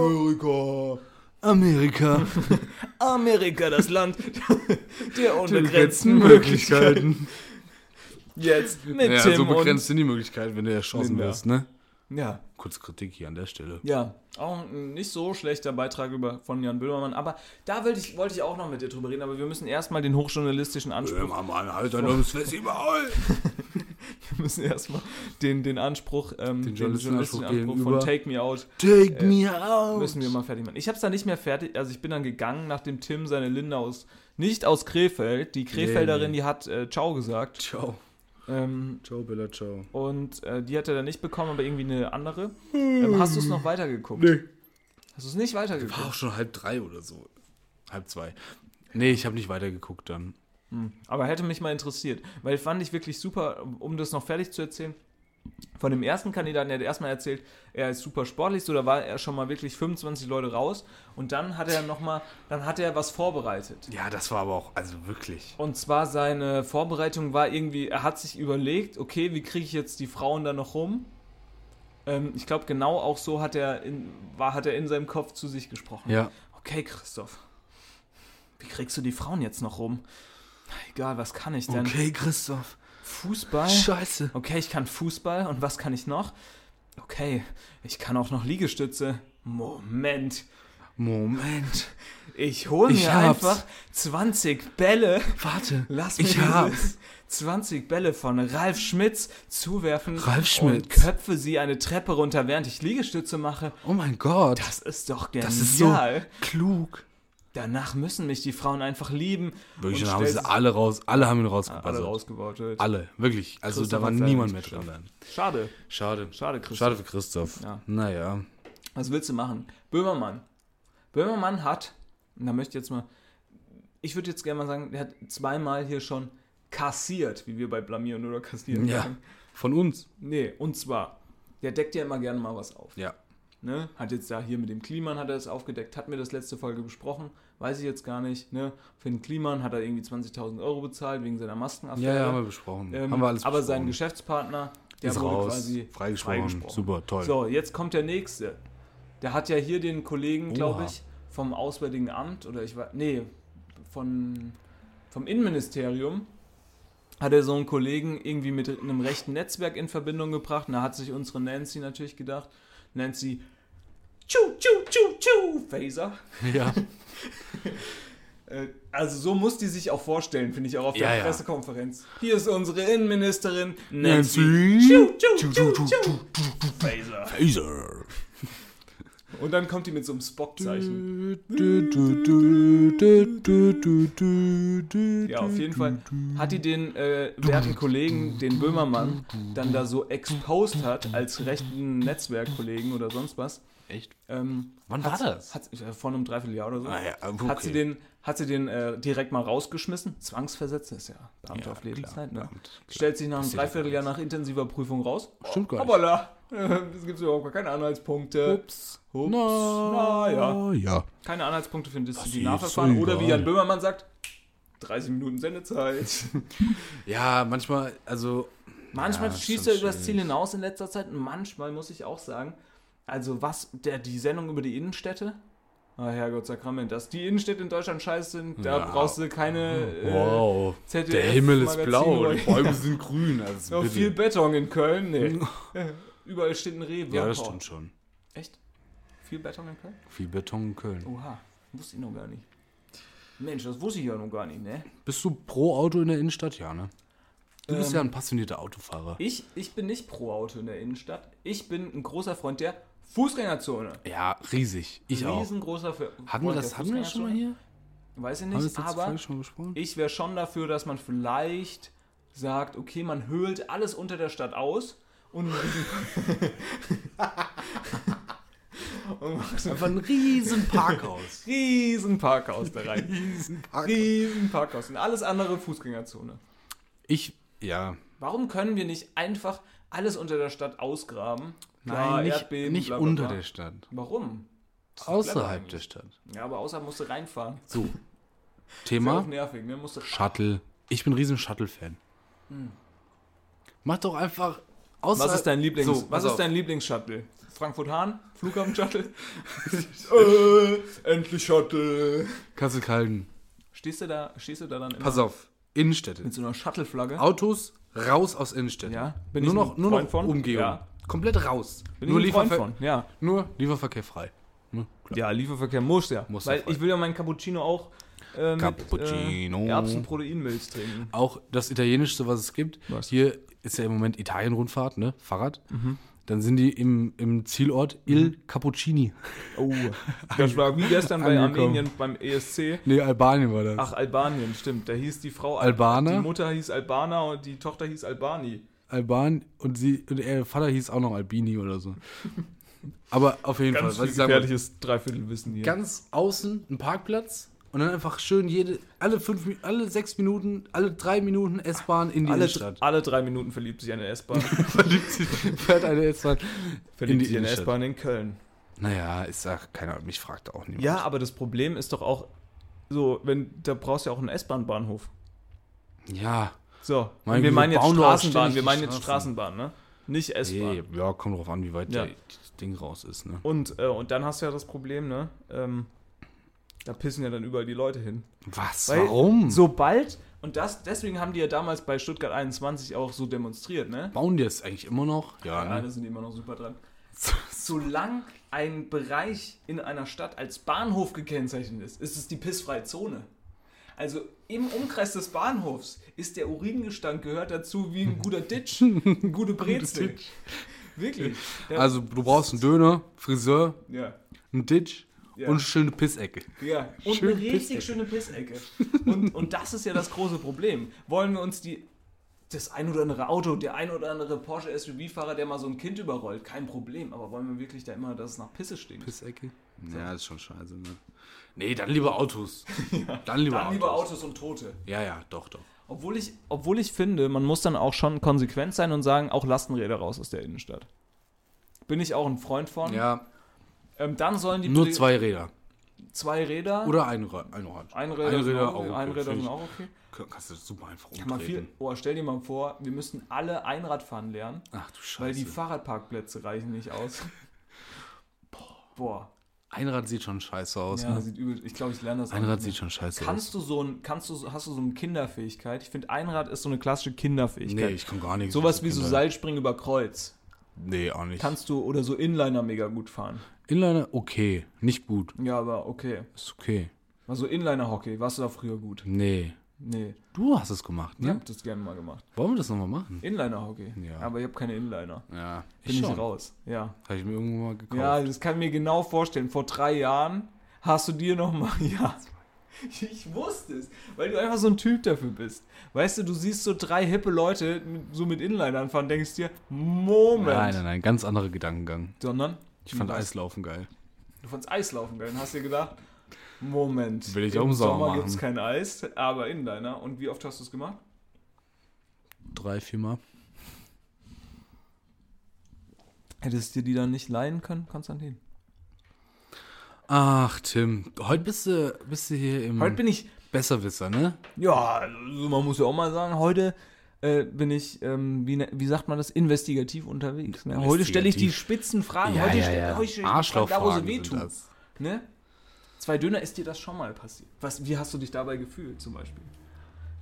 D: Amerika.
C: Amerika,
E: Amerika, das Land der
C: die
E: unbegrenzten
C: letzten
E: Möglichkeiten.
C: Möglichkeiten.
D: Jetzt mit
C: Ja,
D: Tim
C: so begrenzt sind die Möglichkeiten, wenn du erschossen
D: Linda.
C: wirst, ne?
D: und... Ja,
C: Kurz Kritik hier an der Stelle.
D: Ja, auch ein nicht so schlechter Beitrag über, von Jan Böhmermann. Aber da wollte ich, wollte ich auch noch mit dir drüber reden, aber wir müssen erstmal den hochjournalistischen Anspruch,
C: Mann, halt dann ums Fest überall.
D: wir müssen erstmal den, den Anspruch, ähm, den,
C: journalistischen
D: journalistischen
C: Anspruch
D: Anspruch
C: gegenüber-
D: von Take Me Out
C: Take me out.
D: müssen wir mal fertig machen. Ich habe es dann nicht mehr fertig, also ich bin dann gegangen, nachdem Tim seine Linda aus, nicht aus Krefeld, die Krefelderin,
C: nee.
D: die hat äh, Ciao gesagt.
C: Ciao.
D: Ähm,
C: Ciao, Bella, ciao.
D: und äh, die hat er dann nicht bekommen, aber irgendwie eine andere. Ähm, hast du es noch weitergeguckt?
C: Nee.
D: Hast du es nicht weitergeguckt?
C: War auch schon halb drei oder so. Halb zwei. Nee, ich habe nicht weitergeguckt dann.
D: Aber hätte mich mal interessiert, weil fand ich wirklich super, um das noch fertig zu erzählen. Von dem ersten Kandidaten, der hat erstmal erzählt, er ist super sportlich, so da war er schon mal wirklich 25 Leute raus und dann hat er nochmal, dann hat er was vorbereitet.
C: Ja, das war aber auch, also wirklich.
D: Und zwar seine Vorbereitung war irgendwie, er hat sich überlegt, okay, wie kriege ich jetzt die Frauen da noch rum? Ähm, ich glaube, genau auch so hat er in, war, hat er in seinem Kopf zu sich gesprochen.
C: Ja.
D: Okay, Christoph, wie kriegst du die Frauen jetzt noch rum? Egal, was kann ich denn?
C: Okay, Christoph. Ah.
D: Fußball?
C: Scheiße.
D: Okay, ich kann Fußball und was kann ich noch? Okay, ich kann auch noch Liegestütze. Moment,
C: Moment.
D: ich hole mir
C: Ich hab's.
D: einfach 20 Bälle.
C: Warte.
D: Lass mich
C: ich
D: diese
C: hab's.
D: 20 Bälle von Ralf Schmitz zuwerfen
C: Ralf Schmitz.
D: und köpfe sie eine Treppe runter, während ich Liegestütze mache.
C: Oh mein Gott.
D: Das ist doch
C: Das ist so
D: genial.
C: klug.
D: Danach müssen mich die Frauen einfach lieben.
C: Wirklich,
D: Und
C: dann haben sie
D: stellst-
C: alle raus, alle haben ihn rausgepasst.
D: alle rausgebeutet.
C: Also Alle, wirklich. Also
D: Christoph
C: da war
D: hat leider
C: niemand mehr
D: nicht
C: dran.
D: Schade,
C: Schade.
D: schade, Christoph.
C: Schade für Christoph.
D: Ja.
C: Naja.
D: Was willst du machen? Böhmermann. Böhmermann hat, und da möchte ich jetzt mal, ich würde jetzt gerne mal sagen, der hat zweimal hier schon kassiert, wie wir bei Blamieren oder Kassieren
C: Ja.
D: sagen.
C: Von uns.
D: Nee, und zwar, der deckt ja immer gerne mal was auf.
C: Ja.
D: Ne? Hat jetzt da hier mit dem Kliman hat er das aufgedeckt, hat mir das letzte Folge besprochen, weiß ich jetzt gar nicht. Ne? Für den Kliman hat er irgendwie 20.000 Euro bezahlt wegen seiner Maskenaffäre.
C: Ja, ja, haben wir besprochen.
D: Ähm,
C: haben wir alles
D: aber sein
C: besprochen.
D: Geschäftspartner, der
C: ist
D: wurde
C: raus.
D: quasi
C: freigesprochen.
D: freigesprochen.
C: Super, toll.
D: So, jetzt kommt der nächste. Der hat ja hier den Kollegen, glaube
C: Oha.
D: ich, vom Auswärtigen Amt oder ich war nee, von vom Innenministerium hat er so einen Kollegen irgendwie mit einem rechten Netzwerk in Verbindung gebracht. Und da hat sich unsere Nancy natürlich gedacht, Nancy, tschu, tschu, tschu, tschu, Phaser.
C: Ja.
D: Äh, Also so muss die sich auch vorstellen, finde ich auch auf der
C: Ja, ja.
D: Pressekonferenz. Hier ist unsere Innenministerin Nancy.
C: Nancy.
D: Tschu, tschu, tschu, tschu, Phaser.
C: Phaser.
D: Und dann kommt die mit so einem Spock-Zeichen. Ja, auf jeden Fall hat die den äh, werten Kollegen, den Böhmermann, dann da so exposed hat als rechten Netzwerkkollegen oder sonst was.
C: Echt?
D: Ähm,
C: Wann
D: hat,
C: war das?
D: Hat, äh, vor einem Dreivierteljahr oder so.
C: Ah ja, okay.
D: Hat sie den, hat sie den äh, direkt mal rausgeschmissen? Zwangsversetzt ist ja Beamte
C: Ja,
D: auf Lebenszeit.
C: klar,
D: Ne?
C: Beamte, klar.
D: Stellt sich nach einem
C: Passiert ja
D: Dreivierteljahr nach intensiver Prüfung raus.
C: Stimmt gar nicht.
D: Hoppala, es gibt überhaupt gar keine Anhaltspunkte.
C: Ups.
D: Ups.
C: Na,
D: Na ja.
C: ja.
D: Keine Anhaltspunkte für ein
C: ist
D: Disziplinarverfahren.
C: so
D: Oder wie
C: egal.
D: Jan Böhmermann sagt, 30 Minuten Sendezeit.
C: Ja, manchmal, also,
D: Manchmal
C: Ja, ist
D: schießt
C: schon
D: er übers Ziel
C: schwierig.
D: hinaus in letzter Zeit. Und manchmal muss ich auch sagen, also was, der, die Sendung über die Innenstädte, ah Herrgott Sakrament, dass die Innenstädte in Deutschland scheiße sind, da
C: Ja.
D: brauchst du keine äh,
C: wow.
D: ZDF
C: Der Himmel ist
D: Magazin
C: blau,
D: oder-
C: die Bäume sind grün. Also
D: Ja,
C: bitte.
D: viel Beton in Köln, nee. Überall steht ein Rewe.
C: ja, das
D: Wow.
C: stimmt schon.
D: Echt? Viel Beton in Köln?
C: Viel Beton in Köln.
D: Oha, wusste ich noch gar nicht. Mensch, das wusste ich ja noch gar nicht, ne?
C: Bist du pro Auto in der Innenstadt? Ja, ne? Du bist
D: Ähm.
C: ja ein passionierter Autofahrer.
D: Ich, ich bin nicht pro Auto in der Innenstadt. Ich bin ein großer Freund der Fußgängerzone.
C: Ja, riesig. Ich auch.
D: Riesengroßer Fe-
C: Hatten wir
D: Freund
C: das,
D: der
C: hatten wir das schon mal
D: Fußgängerzone.
C: hier?
D: Weiß ich
C: Haben wir
D: nicht,
C: das letzte
D: aber
C: Folge schon mal besprochen?
D: ich wäre schon dafür, dass man vielleicht sagt, okay, man höhlt alles unter der Stadt aus und, und macht ein
C: Einfach ein riesen Parkhaus.
D: riesen Parkhaus da rein. Riesen Parkhaus und alles andere Fußgängerzone.
C: Ich, ja.
D: Warum können wir nicht einfach alles unter der Stadt ausgraben? Klar,
C: Nein, nicht,
D: Erdbeben,
C: nicht
D: bla, bla,
C: unter
D: bla.
C: der Stadt.
D: Warum? Das ist doch clever
C: Außerhalb
D: eigentlich.
C: der Stadt.
D: Ja, aber außerhalb musst du reinfahren.
C: So.
D: Ist
C: Thema
D: auch nervig, ne? Musst du
C: Shuttle. Ich bin riesen Shuttle-Fan. Mach doch einfach außerhalb.
D: Hm. Was ist dein Lieblings?
C: So,
D: was
C: pass
D: ist
C: auf.
D: dein Lieblingsshuttle? Frankfurt Hahn, Flughafen Shuttle. äh, endlich Shuttle.
C: Kassel-Calden.
D: Stehst du da, stehst du da dann immer
C: Pass auf. Innenstädte.
D: mit so einer Shuttle-Flagge?
C: Autos raus aus Innenstädten.
D: Ja, bin
C: Bin
D: ich
C: nur
D: ein
C: noch, nur
D: Freund
C: noch
D: von?
C: Umgehung.
D: Ja.
C: Komplett raus.
D: Bin
C: nur,
D: ich ein Freund
C: Lieferver
D: von. Ja.
C: nur Lieferverkehr frei. Ne?
D: ja, Lieferverkehr muss ja.
C: Muss
D: Weil
C: ja frei.
D: ich will ja meinen Cappuccino auch äh,
C: Cappuccino.
D: mit äh, Erbsenproteinmilch trinken.
C: auch das Italienischste, was es gibt.
D: Was? Mhm.
C: Hier ist ja im Moment Italien-Rundfahrt, ne? Fahrrad. Dann sind die im, im Zielort Il Cappuccini.
D: Oh, das war wie gestern bei
C: Angekommen.
D: Armenien beim ESC.
C: Nee, Albanien war das.
D: Ach, Albanien, stimmt. Da hieß die Frau
C: Albaner?
D: Die Mutter hieß Albaner und die Tochter hieß Albani.
C: Alban und sie und ihr Vater hieß auch noch Albini oder so. Aber auf jeden
D: Ganz
C: Fall,
D: viel
C: was ich sagen wollte,
D: gefährliches Dreiviertelwissen hier.
C: ganz außen ein Parkplatz und dann einfach schön jede alle fünf Mi- alle sechs Minuten, alle drei Minuten S-Bahn in die
D: alle,
C: Innenstadt.
D: alle drei Minuten verliebt sich eine S-Bahn.
C: Verliebt sich fährt eine S-Bahn in
D: verliebt
C: die
D: sich eine
C: Innenstadt.
D: S-Bahn in Köln.
C: Naja, ist ja keiner, mich fragt auch niemand.
D: Ja, aber das Problem ist doch auch, so, wenn da brauchst du ja auch einen S-Bahn-Bahnhof.
C: Ja,
D: So,
C: Mein
D: und wir
C: Güte,
D: meinen jetzt
C: bauen doch auch
D: Straßenbahn,
C: ständig
D: wir
C: die
D: meinen jetzt
C: Straßen.
D: Straßenbahn, ne? Nicht S-Bahn.
C: nee, ja, kommt drauf an, wie weit
D: Ja.
C: der- das Ding raus ist, ne?
D: Und, äh, und dann hast du ja das Problem, ne? Ähm, da pissen ja dann überall die Leute hin.
C: Was?
D: Weil
C: Warum?
D: Sobald, und das, deswegen haben die ja damals bei Stuttgart 21 auch so demonstriert, ne?
C: Bauen die es eigentlich immer noch? Ja,
D: Nein,
C: ne?
D: da sind die immer noch super dran. Solange ein Bereich in einer Stadt als Bahnhof gekennzeichnet ist, ist es die pissfreie Zone. Also im Umkreis des Bahnhofs ist der Uringestank gehört dazu wie ein guter Ditch, eine gute Brezel. Wirklich. Ja,
C: Also, du brauchst einen Döner, Friseur,
D: ja.
C: einen Ditch
D: Ja.
C: und eine schöne Pissecke.
D: Ja, und
C: Schöne
D: eine richtig schöne Pissecke. Und, und das ist ja das große Problem. Wollen wir uns die, das ein oder andere Auto, der ein oder andere Porsche SUV-Fahrer, der mal so ein Kind überrollt, kein Problem. Aber wollen wir wirklich da immer, dass es nach Pisse stinkt?
C: Pissecke? Ja, ist schon scheiße, ne? Nee, dann lieber Autos. Dann lieber
D: Dann
C: Autos.
D: lieber Autos und Tote.
C: Ja, ja, doch, doch.
D: Obwohl ich, obwohl ich finde, man muss dann auch schon konsequent sein und sagen, auch Lastenräder raus aus der Innenstadt. Bin ich auch ein Freund von.
C: Ja,
D: Ähm, dann sollen Hm. die
C: nur
D: bitte
C: zwei Räder.
D: zwei Räder.
C: Oder ein, Ra ein Rad.
D: Einräder, sind
C: Einräder
D: auch okay.
C: auch.
D: Einräder
C: okay.
D: sind auch okay.
C: Kann- Kannst du super einfach
D: Mal viel,
C: umdrehen.
D: oh, stell dir mal vor, wir müssten alle Einradfahren lernen.
C: Ach du
D: Weil
C: Scheiße.
D: die Fahrradparkplätze reichen nicht aus. Boah.
C: Einrad sieht schon scheiße aus.
D: Ja,
C: ne?
D: sieht übel. Ich glaube, ich lerne das.
C: Einrad
D: auch
C: sieht schon scheiße
D: Kannst du so ein, kannst du, so- hast du so eine Kinderfähigkeit? Ich finde, Einrad ist so eine klassische Kinderfähigkeit.
C: Nee, ich kann gar nichts.
D: Sowas
C: mit
D: wie so
C: Kindern.
D: Seilspringen über Kreuz.
C: Nee, auch nicht.
D: Kannst du oder so Inliner mega gut fahren.
C: Inliner, okay. Nicht gut.
D: Ja, aber okay.
C: Ist okay.
D: Also Inliner-Hockey, warst du da früher gut?
C: Nee.
D: Nee,
C: Du hast es gemacht,
D: ich
C: ne?
D: hab das gerne mal gemacht.
C: Wollen wir das nochmal machen?
D: Inliner-Hockey.
C: Ja.
D: Aber ich habe keine Inliner.
C: Ja.
D: Bin ich,
C: schon.
D: raus. Ja.
C: Habe ich mir irgendwo mal gekauft.
D: Ja, das kann ich mir genau vorstellen. Vor drei Jahren hast du dir nochmal. Ja. Ich wusste es, weil du einfach so ein Typ dafür bist. Weißt du, du siehst so drei hippe Leute mit, so mit Inlinern fahren, denkst dir, Moment.
C: nein, nein, nein. Ganz andere Gedankengang.
D: Sondern?
C: Ich fand
D: du warst-
C: Eislaufen geil.
D: Du fandst Eislaufen geil und hast dir gedacht, Moment.
C: Will ich auch im Sommer
D: Sommer
C: machen.
D: gibt's kein Eis, aber Inliner. Und wie oft hast du es gemacht?
C: Drei, viermal.
D: Hättest du dir die dann nicht leihen können, Konstantin?
C: Ach, Tim. Heute bist du, bist du hier im
D: Heute bin ich,
C: Besserwisser, ne?
D: ja, also man muss ja auch mal sagen, heute äh, bin ich, ähm, wie, ne- wie sagt man das, investigativ unterwegs. Ne? Heute stelle ich die
C: Investigativ.
D: spitzen Fragen. heute stelle heute stelle ich die Fragen, da, wo sie
C: Arschlochfragen sind
D: wehtun.
C: das.
D: Ne? Zwei Döner, ist dir das schon mal passiert? Was, wie hast du dich dabei gefühlt zum Beispiel?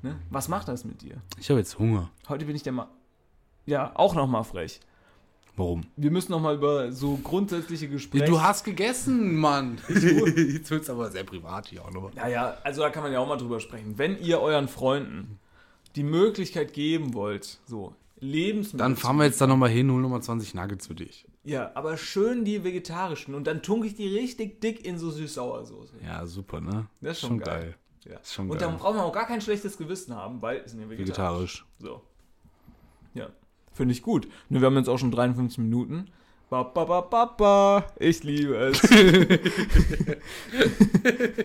D: Ne? Was macht das mit dir?
C: Ich habe jetzt Hunger.
D: Heute bin ich der mal, ja, auch nochmal frech.
C: Warum?
D: Wir müssen nochmal über so grundsätzliche Gespräche.
C: Du hast gegessen, Mann. Jetzt wird's aber sehr privat hier auch nochmal.
D: Naja, also da kann man ja auch mal drüber sprechen. Wenn ihr euren Freunden die Möglichkeit geben wollt, so Lebensmittel.
C: Dann fahren wir jetzt da nochmal hin, holen nochmal 20 Nuggets für dich.
D: Ja, aber schön die vegetarischen und dann tunke ich die richtig dick in so süß-sauersoße.
C: Ja, super, ne?
D: Das ist schon geil. Ja.
C: Ist schon
D: und dann
C: geil.
D: braucht man auch gar kein schlechtes Gewissen haben, weil es sind ja vegetarisch.
C: Vegetarisch.
D: So. Ja. Finde ich gut. Nur wir haben jetzt auch schon 53 Minuten. Ba, ba, ba, ba, ba. Ich liebe es.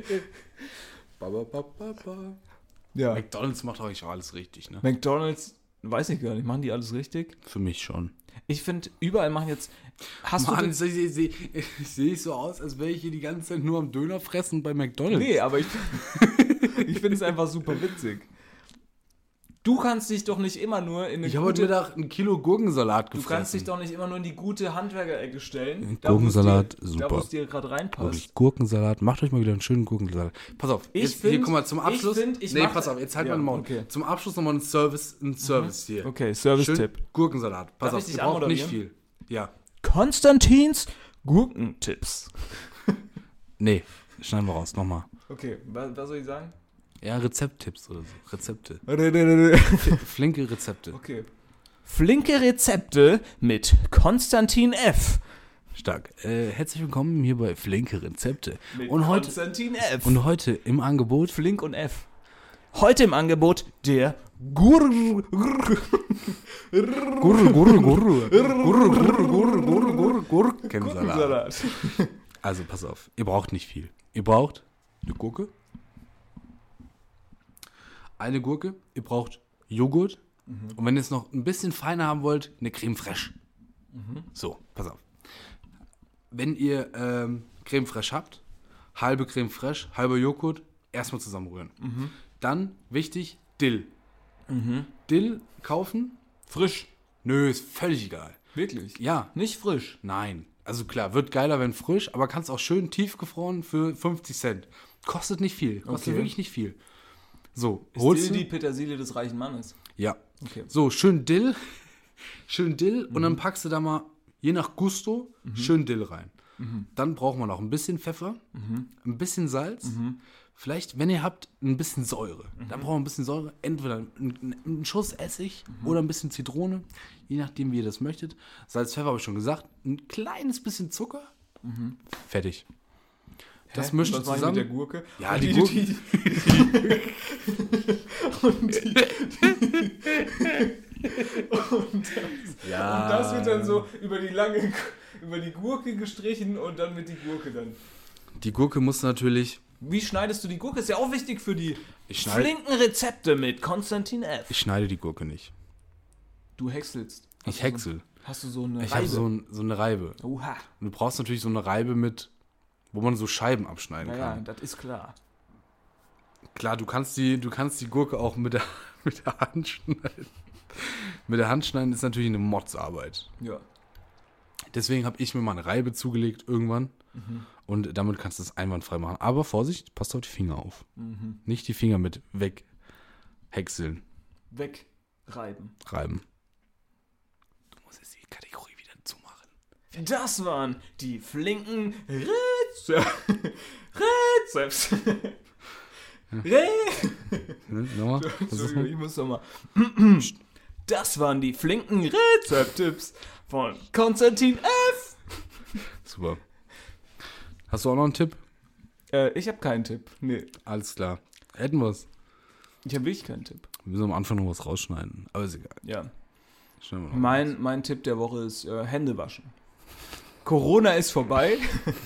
C: Ba, ba, ba, ba, ba.
D: ja.
C: McDonalds macht euch auch alles richtig, ne?
D: McDonalds, weiß ich gar nicht, machen die alles richtig?
C: Für mich schon.
D: Ich finde, überall machen jetzt. Hast du
C: Mann,
D: das?
C: sehe ich, seh, ich seh so aus, als wäre ich hier die ganze Zeit nur am Döner fressen bei McDonalds.
D: Nee, aber ich, ich finde es einfach super witzig. Du kannst dich doch nicht immer nur in eine
C: Ich habe heute Mittag ein Kilo Gurkensalat
D: Du
C: gefressen.
D: kannst dich doch nicht immer nur in die gute Handwerkerecke stellen. da,
C: Gurkensalat,
D: wo es dir, Da,
C: super.
D: wo es dir gerade reinpasst.
C: Wirklich Gurkensalat. Macht euch mal wieder einen schönen Gurkensalat. Pass auf,
D: Ich
C: jetzt, hier,
D: find-
C: guck mal, zum
D: ich
C: Abschluss.
D: find, ich
C: nee,
D: mach-
C: pass auf, jetzt halt
D: Ja,
C: mal den Maul.
D: okay. Mhm.
C: Zum Abschluss nochmal ein Service, ein Service hier.
D: Okay, Service-Tipp.
C: Schön Gurkensalat. Pass
D: Darf
C: auf,
D: ich dich
C: ihr braucht nicht
D: anmoderieren?
C: viel. Ja.
D: Konstantins Gurkentipps.
C: Nee, schneiden wir raus, nochmal.
D: Okay, was, was soll ich sagen?
C: Ja, Rezepttipps oder so. Rezepte. Flinke Rezepte.
D: Okay.
E: Flinke Rezepte mit Konstantin F.
C: Stark. Äh, herzlich willkommen hier bei Flinke Rezepte.
D: Mit
C: Und heute,
D: Konstantin F.
C: und heute im Angebot
D: Flink und F.
E: Heute im Angebot der Gurr.
C: Gurr, Gurr, Gurr. Gurr, Gurr, Gurr, Gurr, Gurr, Gurkensalat.
D: Salat.
C: Also pass auf, ihr braucht nicht viel. Ihr braucht eine Gurke, eine Gurke, ihr braucht Joghurt
D: Mhm.
C: und wenn ihr es noch ein bisschen feiner haben wollt, eine Creme fraiche.
D: Mhm.
C: So, pass auf. Wenn ihr ähm, Creme fraiche habt, halbe Creme fraiche, halber Joghurt, erstmal zusammenrühren.
D: Mhm.
C: Dann, wichtig, Dill. Dill kaufen?
D: Frisch.
C: Nö, ist völlig egal.
D: Wirklich.
C: Ja,
D: Nicht frisch.
C: Nein. Also klar, wird geiler, wenn frisch, aber kannst auch schön tiefgefroren für 50 Cent. Kostet nicht viel. Kostet
D: Okay.
C: wirklich nicht viel. So,
D: Holst
C: holst
D: Dill die
C: du.
D: Petersilie des reichen Mannes.
C: Ja.
D: Okay.
C: So, schön Dill. Schön Dill und dann packst du da mal, je nach Gusto, schön Dill rein. Dann braucht man auch ein bisschen Pfeffer, ein bisschen Salz. Vielleicht, wenn ihr habt, ein bisschen Säure. Da braucht man ein bisschen Säure. Entweder ein, ein Schuss Essig oder ein bisschen Zitrone. Je nachdem, wie ihr das möchtet. Salz, Pfeffer habe ich schon gesagt. Ein kleines bisschen Zucker. Fertig. Das
D: Hä?
C: mischt ihr
D: Was mach ich mit der
C: zusammen.
D: Gurke?
C: Ja,
D: Und
C: die Gurke-
D: Die, und die, Und das wird dann so über die lange, über die Gurke gestrichen und dann mit die Gurke dann.
C: Die Gurke muss natürlich
D: Wie schneidest du die Gurke? Ist ja auch wichtig für die
C: Ich schneide,
E: Flinken Rezepte mit Konstantin F.
C: ich schneide die Gurke nicht.
D: Du häckselst.
C: Ich häcksel.
D: Hast du so eine
C: Ich habe
D: Reibe?
C: so, ein, so eine Reibe.
D: Oha.
C: Und du brauchst natürlich so eine Reibe mit, wo man so Scheiben abschneiden
D: Naja,
C: kann.
D: das ist klar.
C: Klar, du kannst die, du kannst die Gurke auch mit der, mit der Hand schneiden. Mit der Hand schneiden ist natürlich eine Motzarbeit.
D: Ja.
C: Deswegen habe ich mir mal eine Reibe zugelegt irgendwann.
D: Mhm.
C: Und damit kannst du es einwandfrei machen. Aber Vorsicht, passt auf die Finger auf.
D: Mhm.
C: Nicht die Finger mit weghäckseln,
D: Wegreiben.
C: reiben. Du musst jetzt die Kategorie wieder zumachen.
D: Das waren die flinken Rezeps. Rezeps. Re
C: Ne? Nochmal? Das ist
D: Entschuldigung, ich muss nochmal. Das waren die flinken Rezepttipps von Konstantin F.
C: super. Hast du auch noch einen Tipp?
D: Äh, ich habe keinen Tipp. Nee,
C: Alles klar. Hätten wir's.
D: ich habe wirklich keinen Tipp.
C: Wir müssen am Anfang noch was rausschneiden. Aber ist egal.
D: Ja.
C: Schneiden wir noch.
D: Mein, mein Tipp der Woche ist äh, Hände waschen. Corona ist vorbei.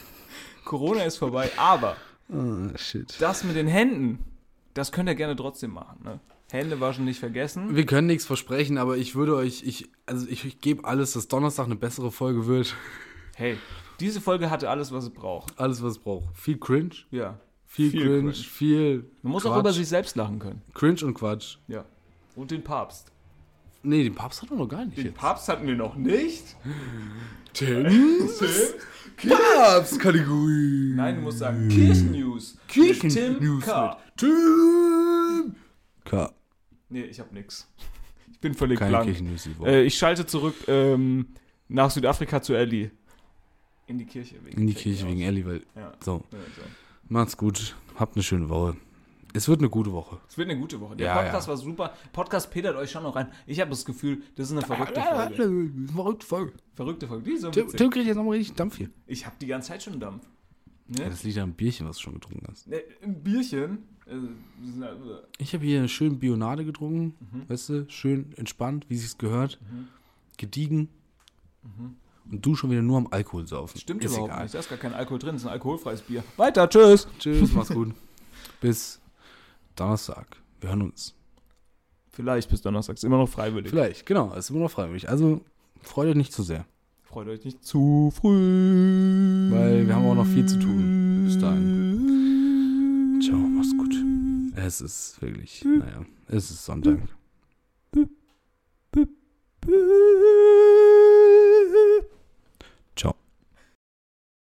D: Corona ist vorbei, aber
C: Ah, shit.
D: das mit den Händen, das könnt ihr gerne trotzdem machen. Ne? Hände waschen nicht vergessen.
C: Wir können nichts versprechen, aber ich würde euch, ich, also ich, ich gebe alles, dass Donnerstag eine bessere Folge wird.
D: Hey, diese Folge hatte alles, was es braucht.
C: Alles, was es braucht. Viel Cringe,
D: Ja.
C: viel,
D: Viel
C: Cringe,
D: Cringe.
C: viel.
D: Man muss
C: Quatsch.
D: auch über sich selbst lachen können.
C: Cringe und Quatsch.
D: Ja. Und den Papst.
C: Nee, den Papst hat er noch gar nicht.
D: Den
C: jetzt.
D: Papst hatten wir noch nicht.
C: Tims Papst-Kategorie.
D: Nein, du musst sagen Kirchennews. mit Tim K.
C: Tim K.
D: Nee, ich hab nix. Ich bin völlig
C: Keine
D: blank.
C: Kirchennews die Woche.
D: Äh, ich schalte zurück ähm, nach Südafrika zu Ellie. In die Kirche wegen.
C: In die Kirche wegen Ellie, weil.
D: Ja.
C: So,
D: Ja, so.
C: macht's gut. Habt eine schöne Woche. Es wird eine gute Woche.
D: Es wird eine gute Woche. Der
C: Ja,
D: Podcast
C: ja.
D: war super. Podcast petert euch schon noch rein. Ich habe das Gefühl, das ist eine verrückte Folge.
C: Verrückt voll.
D: Verrückte Folge. Die ist so
C: Ah, Tim,
D: witzig.
C: Tim kriegt jetzt nochmal richtig Dampf hier.
D: Ich habe die ganze Zeit schon Dampf.
C: Ja,
D: Ne?
C: das liegt am Bierchen, was du schon getrunken hast.
D: Ne, Ein Bierchen. Äh, wir sind also-
C: Ich habe hier eine schöne Bionade getrunken.
D: Mhm.
C: Weißt du, schön entspannt, wie sich's gehört. Gediegen. Und du schon wieder nur am Alkohol saufen.
D: Mhm. Stimmt
C: Ist
D: überhaupt
C: egal.
D: nicht. Da ist gar kein Alkohol drin. Das ist ein alkoholfreies Bier. Weiter. Tschüss.
C: Tschüss, mach's gut. Bis Donnerstag. Wir hören uns.
D: Vielleicht bis Donnerstag. Ist immer noch freiwillig.
C: Vielleicht, genau. Ist immer noch freiwillig. Also freut euch nicht zu sehr.
D: Freut euch nicht zu früh.
C: Weil wir haben auch noch viel zu tun. Bis dahin. Ciao, mach's gut. Es ist wirklich, naja, es ist Sonntag.